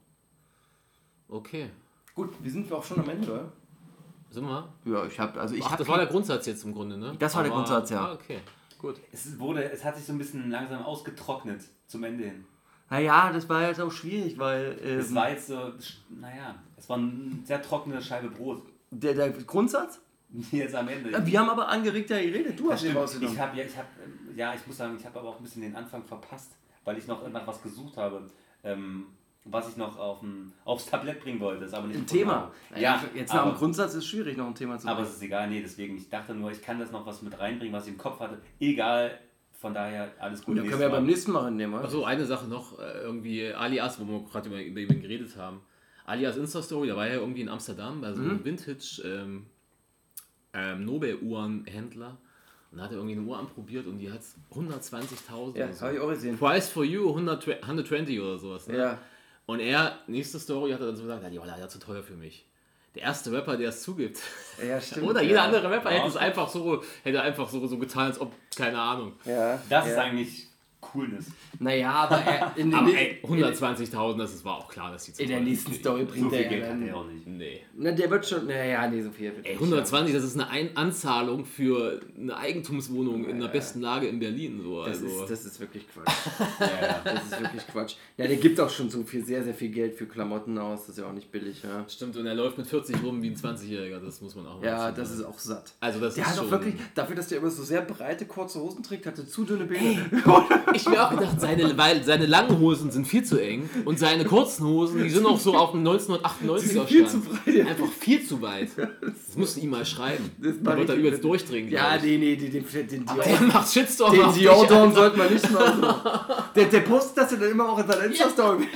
B: Okay,
C: Gut, wir sind auch schon am Ende, oder?
B: sind wir?
C: Ja, ich habe, also ich
B: Ach,
C: habe.
B: das war der Grundsatz jetzt im Grunde, ne?
C: Das war der Grundsatz, ja.
B: Ah, okay.
C: Gut.
D: Es, wurde, es hat sich so ein bisschen langsam ausgetrocknet zum Ende hin.
C: Naja, das war jetzt auch schwierig, weil ähm,
D: Es war jetzt so, naja, es war eine sehr trockene Scheibe Brot.
C: der, der Grundsatz.
D: Jetzt am Ende.
C: Wir haben aber angeregt ja geredet. Du hast den
D: Stimmt,
C: rausgenommen.
D: ich habe ja, ich hab, ähm, ja, ich muss sagen, ich habe aber auch ein bisschen den Anfang verpasst, weil ich noch nach was gesucht habe, ähm, was ich noch aufm, aufs Tablett bringen wollte. Ist aber nicht
C: Ein
D: gefunden
C: Thema.
D: habe. Ja,
C: jetzt nach
D: aber,
C: dem Grundsatz ist es schwierig, noch ein Thema zu
D: aber
C: machen.
D: es ist egal, nee, deswegen, ich dachte nur, ich kann das noch was mit reinbringen, was ich im Kopf hatte. Egal, von daher alles gut.
C: Gut, dann können wir ja beim nächsten Mal hinnehmen. oder?
B: Achso, Also eine Sache noch, äh, irgendwie Alias, wo wir gerade über, über ihn geredet haben. Alias Insta-Story, da war er ja irgendwie in Amsterdam bei so
C: Mhm.
B: einem Vintage ähm, ähm, Nobel-Uhrenhändler und da hat er irgendwie eine Uhr anprobiert und die hat 120.000
C: Ja,
B: oder so.
C: habe ich auch gesehen.
B: Price for you 100, 120 oder sowas. Ne?
C: Ja. Und
B: Und er, nächste Story, hat er dann so gesagt, ja, die war leider zu teuer für mich. Der erste Rapper, der es zugibt.
C: Ja, stimmt,
B: Oder jeder
C: ja.
B: andere Rapper hätte es
D: Ja.
B: einfach so, hätte einfach so, so getan, als ob, keine Ahnung.
C: ja.
D: Das
C: ja.
D: ist eigentlich Coolness.
C: Naja, aber er, in, den
B: Aber
C: nä-
B: ey, 120.000, das ist, war auch klar, dass die zu
C: in der
B: teuer ist.
C: nächsten Story
D: So
C: bringt
D: viel
C: er
D: Geld
C: ja
D: hat er
C: dann.
D: auch nicht.
B: Nee.
C: Na, der wird schon. Naja, nee, so viel. wird
B: Ey,
C: nicht.
B: 120, das ist eine Ein Anzahlung für eine Eigentumswohnung in der besten Lage in Berlin. So.
C: Das,
B: Also,
C: ist, das ist wirklich Quatsch.
D: Ja, ja.
C: Das ist wirklich Quatsch. Ja, der gibt auch schon so viel, sehr, sehr viel Geld für Klamotten aus. Das ist ja auch nicht billig, ja.
B: stimmt, und er läuft mit 40 rum wie ein 20-Jähriger, das muss man auch mal
C: Ja,
B: dazu
C: das
B: sagen.
C: ist auch satt.
B: Also, das
C: Der
B: ist
C: hat
B: schon,
C: auch wirklich, dafür, dass der immer so sehr breite, kurze Hosen trägt, hatte zu dünne Beine.
B: Ich mir auch gedacht, seine, weil seine langen Hosen sind viel zu eng und seine kurzen Hosen, die sind noch so auf dem 1998er
C: Die sind
B: Stand.
C: viel zu breit, ja.
B: Einfach viel zu weit. Das musst du ihm mal schreiben.
C: Das
B: Da
C: war
B: wird er
C: richtig
B: übelst
C: witzig.
B: durchdringen.
C: Ja,
B: glaub ich.
C: nee, nee, den, den, den, den
B: Der
C: Dior.
B: macht Shitstorm
C: Den
B: auf dich,
C: Dior-Dorn sollte man nicht machen. Der, der postet das ja dann immer auch in seiner Insta-Story.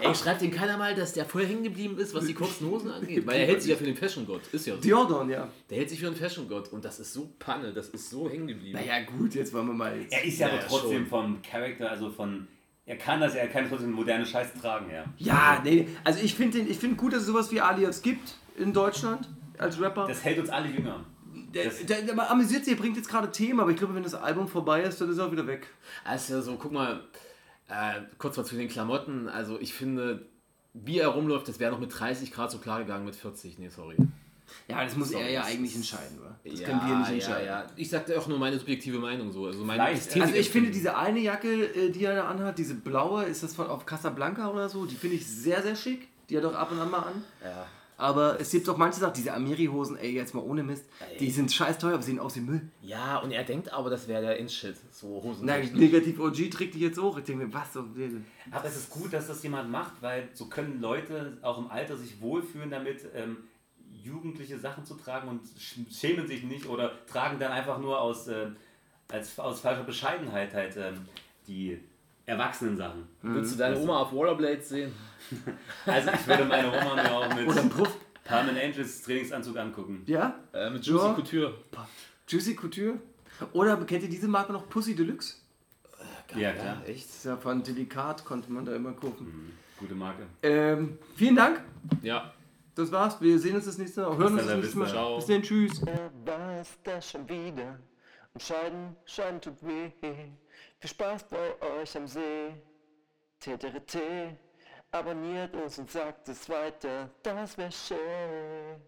B: Ey, schreibt den keiner mal, dass der voll hängen geblieben ist, was die kurzen Hosen angeht. Weil er hält sich ja für den Fashion-Gott. Ist ja so.
C: Dior-Dorn, ja.
B: Der hält sich für den Fashion-Gott. Und das ist so Panne, das ist so hängen geblieben.
C: Naja, gut, jetzt wollen wir mal. Jetzt.
D: Er ist ja,
B: Ja,
D: aber
B: ja,
D: trotzdem
B: schon.
D: vom Charakter, also von. Er kann das, er kann trotzdem moderne Scheiß tragen, ja.
C: Ja, nee, also ich finde ich find gut, dass es sowas wie Alias gibt in Deutschland als Rapper.
D: Das hält uns alle jünger.
C: der,
D: das-
C: der, der, man amüsiert sich, er bringt jetzt gerade Themen, aber ich glaube, wenn das Album vorbei ist, dann ist er auch wieder weg.
B: Also so, guck mal, äh, kurz mal zu den Klamotten. Also ich finde, wie er rumläuft, das wäre noch mit 30 Grad so klar gegangen mit 40. Nee, sorry.
C: Ja, das muss
B: So,
C: er ja
B: das
C: eigentlich
B: ist-
C: entscheiden, oder? Das
B: ja,
C: können wir nicht entscheiden.
B: Ja, ja. Ich sagte auch nur meine subjektive Meinung so. Also meine
D: Vielleicht,
B: Ästhetik-
C: Also ich finde diese eine Jacke, äh, die er da anhat, diese blaue, ist das von auf Casablanca oder so, die finde ich sehr, sehr schick. Die hat doch ab und an mal an.
B: Ja.
C: Aber es gibt doch manche Sachen, diese Amiri-Hosen, ey, jetzt mal ohne Mist, die sind scheiß teuer, aber sehen aus wie Müll.
B: Ja, und er denkt aber, das wäre der In-Shit. So Hosen.
C: Na, negativ OG trägt die jetzt auch. Ich denke mir, was so.
D: Aber es ist gut, dass das jemand macht, weil so können Leute auch im Alter sich wohlfühlen damit, ähm, jugendliche Sachen zu tragen und sch- schämen sich nicht oder tragen dann einfach nur aus, äh, als, aus falscher Bescheidenheit halt ähm, die erwachsenen Sachen.
B: Willst du deine Oma auf Rollerblades sehen?
D: Also ich würde meine Oma mir auch mit
C: Oder ein Puff.
D: Carmen Angels Trainingsanzug angucken.
C: Ja?
B: Äh, mit Juicy
C: Ja.
B: Couture.
C: Juicy Couture. Oder kennt ihr diese Marke noch? Pussy Deluxe?
D: Ja, klar.
B: echt?
C: Das ist ja von Delikat, konnte man da immer gucken.
D: Gute Marke.
C: Ähm, vielen Dank.
B: Ja.
C: Das war's. Wir sehen uns das nächste Mal. Hören uns
D: dann,
C: das
D: bis
C: nächste Mal.
D: dann.
B: Ciao.
C: Bis dann. Tschüss.
A: war es das schon wieder. Und Scheiden, Scheiden tut weh. Viel Spaß bei euch am See. TTRT, abonniert uns und sagt es weiter. Das wäre schön.